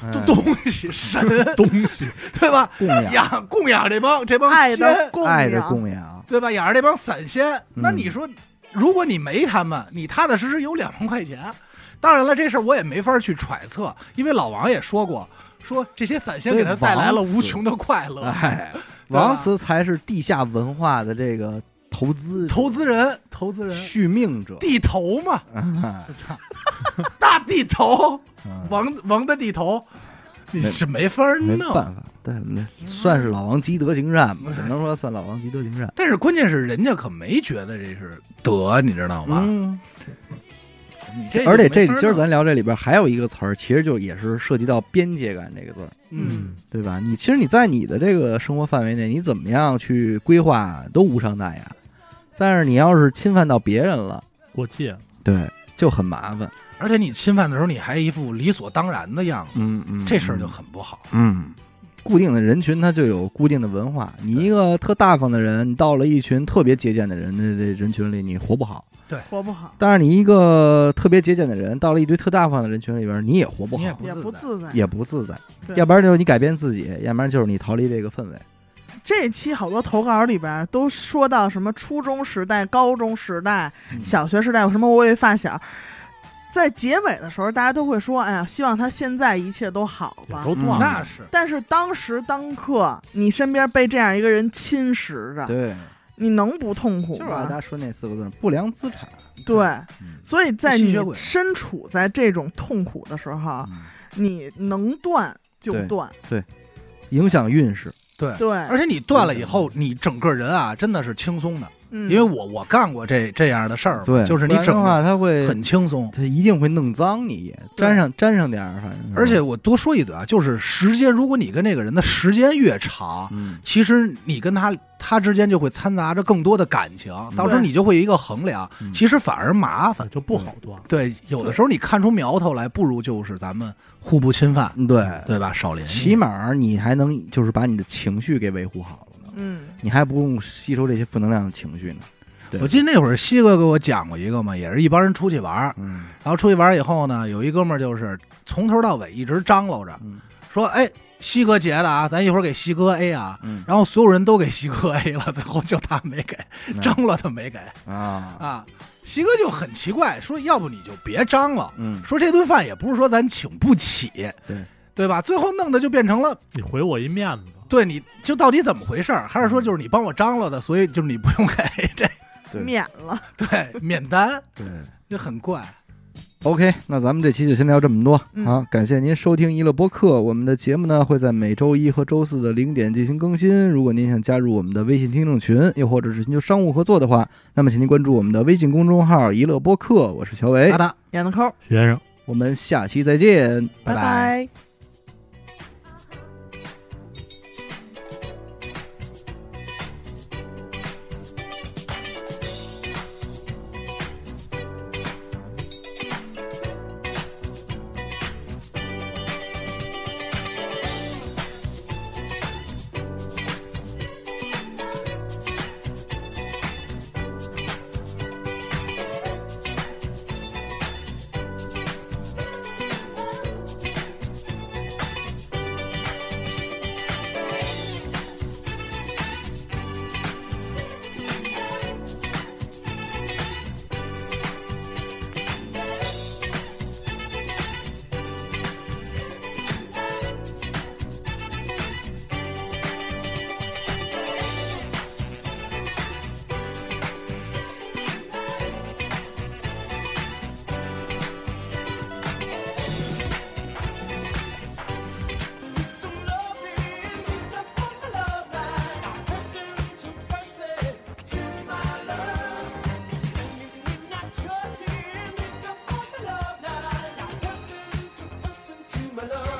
Speaker 1: 哎
Speaker 2: 东东西神，
Speaker 4: 东西
Speaker 2: 对吧？
Speaker 1: 供 养，
Speaker 2: 养供养这帮这帮
Speaker 3: 爱的
Speaker 2: 仙，
Speaker 3: 供
Speaker 1: 爱的
Speaker 3: 养，
Speaker 1: 供养，
Speaker 2: 对吧？养着这帮散仙，那
Speaker 1: 嗯
Speaker 2: 你说，如果你没他们，你踏踏实实有两万块钱。当然了，这事儿我也没法去揣测，因为老王也说过，说这些散仙给他带来了无穷的快乐。
Speaker 1: 哎，
Speaker 2: 对吧
Speaker 1: 王慈才是地下文化的这个投资
Speaker 2: 投资人，投资人，
Speaker 1: 续命者，
Speaker 2: 地头 嘛，操，大地头，
Speaker 1: 嗯
Speaker 2: 王王的地头，你
Speaker 1: 没
Speaker 2: 是没法儿
Speaker 1: 没
Speaker 2: 弄。
Speaker 1: 办法，但算是老王积德行善
Speaker 2: 哎
Speaker 1: 吧，只能说算老王积德行善。
Speaker 2: 但是关键是人家可没觉得这是德，你知道吗？
Speaker 1: 嗯，
Speaker 2: 你这
Speaker 1: 而且这
Speaker 2: 就没法
Speaker 1: 今
Speaker 2: 儿
Speaker 1: 儿
Speaker 2: 弄
Speaker 1: 咱聊这里边还有一个词儿，其实就也是涉及到边界感这个字儿，
Speaker 2: 嗯，
Speaker 4: 嗯，
Speaker 1: 对吧？你其实你在你的这个生活范围内，你怎么样去规划都无伤大雅，但是你要是侵犯到别人了，
Speaker 4: 过界了，
Speaker 1: 对，就很麻烦。
Speaker 2: 而且你侵犯的时候，你还一副理所当然的样子，
Speaker 1: 嗯嗯
Speaker 2: 这事儿就很不好。
Speaker 1: 嗯，固定的人群，他就有固定的文化。你一个特大方的人，你到了一群特别节俭的人的这人群里，你活不好。
Speaker 3: 活不好，
Speaker 1: 但是你一个特别节俭的人，到了一堆特大方的人群里边，你也活不
Speaker 2: 你
Speaker 1: 好，
Speaker 2: 也
Speaker 1: 也
Speaker 2: 不
Speaker 3: 也不
Speaker 2: 在
Speaker 3: 自在。
Speaker 1: 不自在。
Speaker 3: 对
Speaker 1: 要不然就是你改变自己，要不然就是你逃离这个氛围。
Speaker 3: 这期好多投稿里边都说到什么初中时代、高中时代、
Speaker 1: 嗯
Speaker 3: 小学时代，有什么我为发小。在结尾的时候，大家都会说：“哎呀，希望他现在一切都好
Speaker 4: 也
Speaker 3: 吧。
Speaker 4: 都断
Speaker 1: 嗯
Speaker 4: 了。
Speaker 2: 那是”
Speaker 3: 但是当时当刻，你身边被这样一个人侵蚀着，
Speaker 1: 对，
Speaker 3: 你能不痛苦
Speaker 1: 就是大
Speaker 3: 吗？
Speaker 1: 家说那四个字：不良资产。
Speaker 3: 对，
Speaker 1: 嗯
Speaker 3: 所以在
Speaker 2: 吸
Speaker 3: 你
Speaker 2: 血鬼
Speaker 3: 身处在这种痛苦的时候，
Speaker 1: 嗯
Speaker 3: 你能断就
Speaker 1: 对
Speaker 3: 断，
Speaker 1: 影响运势，
Speaker 2: 对。
Speaker 3: 对，
Speaker 2: 而且你断了以后，你整个人啊，真的是轻松的，
Speaker 3: 因
Speaker 2: 因为我我干过这这样的事儿嘛，
Speaker 1: 对，
Speaker 2: 就是你
Speaker 1: 不然
Speaker 2: 整
Speaker 1: 的
Speaker 2: 个
Speaker 1: 话，他会
Speaker 2: 很轻松。
Speaker 1: 他一定会弄脏你，沾上沾上点儿，反正是。
Speaker 2: 而且我多说一嘴啊，就是时间，如果你跟这个人的时间越长，
Speaker 1: 嗯，
Speaker 2: 其实你跟他他之间就会掺杂着更多的感情，到时候
Speaker 3: 对
Speaker 2: 你就会有一个衡量，
Speaker 1: 嗯
Speaker 2: 其实反而麻烦。
Speaker 4: 就不好断，
Speaker 2: 对，有的时候你看出苗头来，不如就是咱们互不侵犯，
Speaker 1: 嗯对，
Speaker 2: 对吧？少联系
Speaker 1: 起码你还能就是把你的情绪给维护好了呢，
Speaker 3: 嗯，
Speaker 1: 你还不用吸收这些负能量的情绪呢。对
Speaker 2: 我记得那会儿西哥给我讲过一个嘛，也是一帮人出去玩儿，
Speaker 1: 嗯
Speaker 2: 然后出去玩儿以后呢，有一哥们儿就是从头到尾一直张罗着
Speaker 1: 嗯
Speaker 2: 说：“哎，西哥结的啊，咱一会儿给西哥 A 啊。”
Speaker 1: 嗯，
Speaker 2: 然后所有人都给西哥 A 了，最后就他没给，张罗他没给
Speaker 1: 嗯啊，
Speaker 2: 啊。西哥就很奇怪，说：“要不你就别张了，
Speaker 1: 嗯，
Speaker 2: 说这顿饭也不是说咱请不起，
Speaker 1: 对
Speaker 2: 对吧？”最后弄得就变成了
Speaker 4: 你回我一面子。
Speaker 1: 嗯
Speaker 2: 对你就到底怎么回事儿，还是说就是你帮我张罗的，所以就是你不用给这
Speaker 1: 对
Speaker 3: 免了，
Speaker 2: 对免单，
Speaker 1: 对。
Speaker 2: 就很怪。
Speaker 1: OK，那咱们这期就先聊这么多。
Speaker 3: 嗯
Speaker 1: 好，感谢您收听娱乐播客。我们的节目呢会在每周一和周四的零点进行更新。如果您想加入我们的微信听众群，又或者是寻求商务合作的话，那么请您关注我们的微信公众号“娱乐播客”。我是小伟
Speaker 2: 好，的，
Speaker 3: 免了扣，
Speaker 4: 学生，
Speaker 1: 我们下期再见。
Speaker 2: 拜
Speaker 3: 拜拜
Speaker 5: Person to person to my love.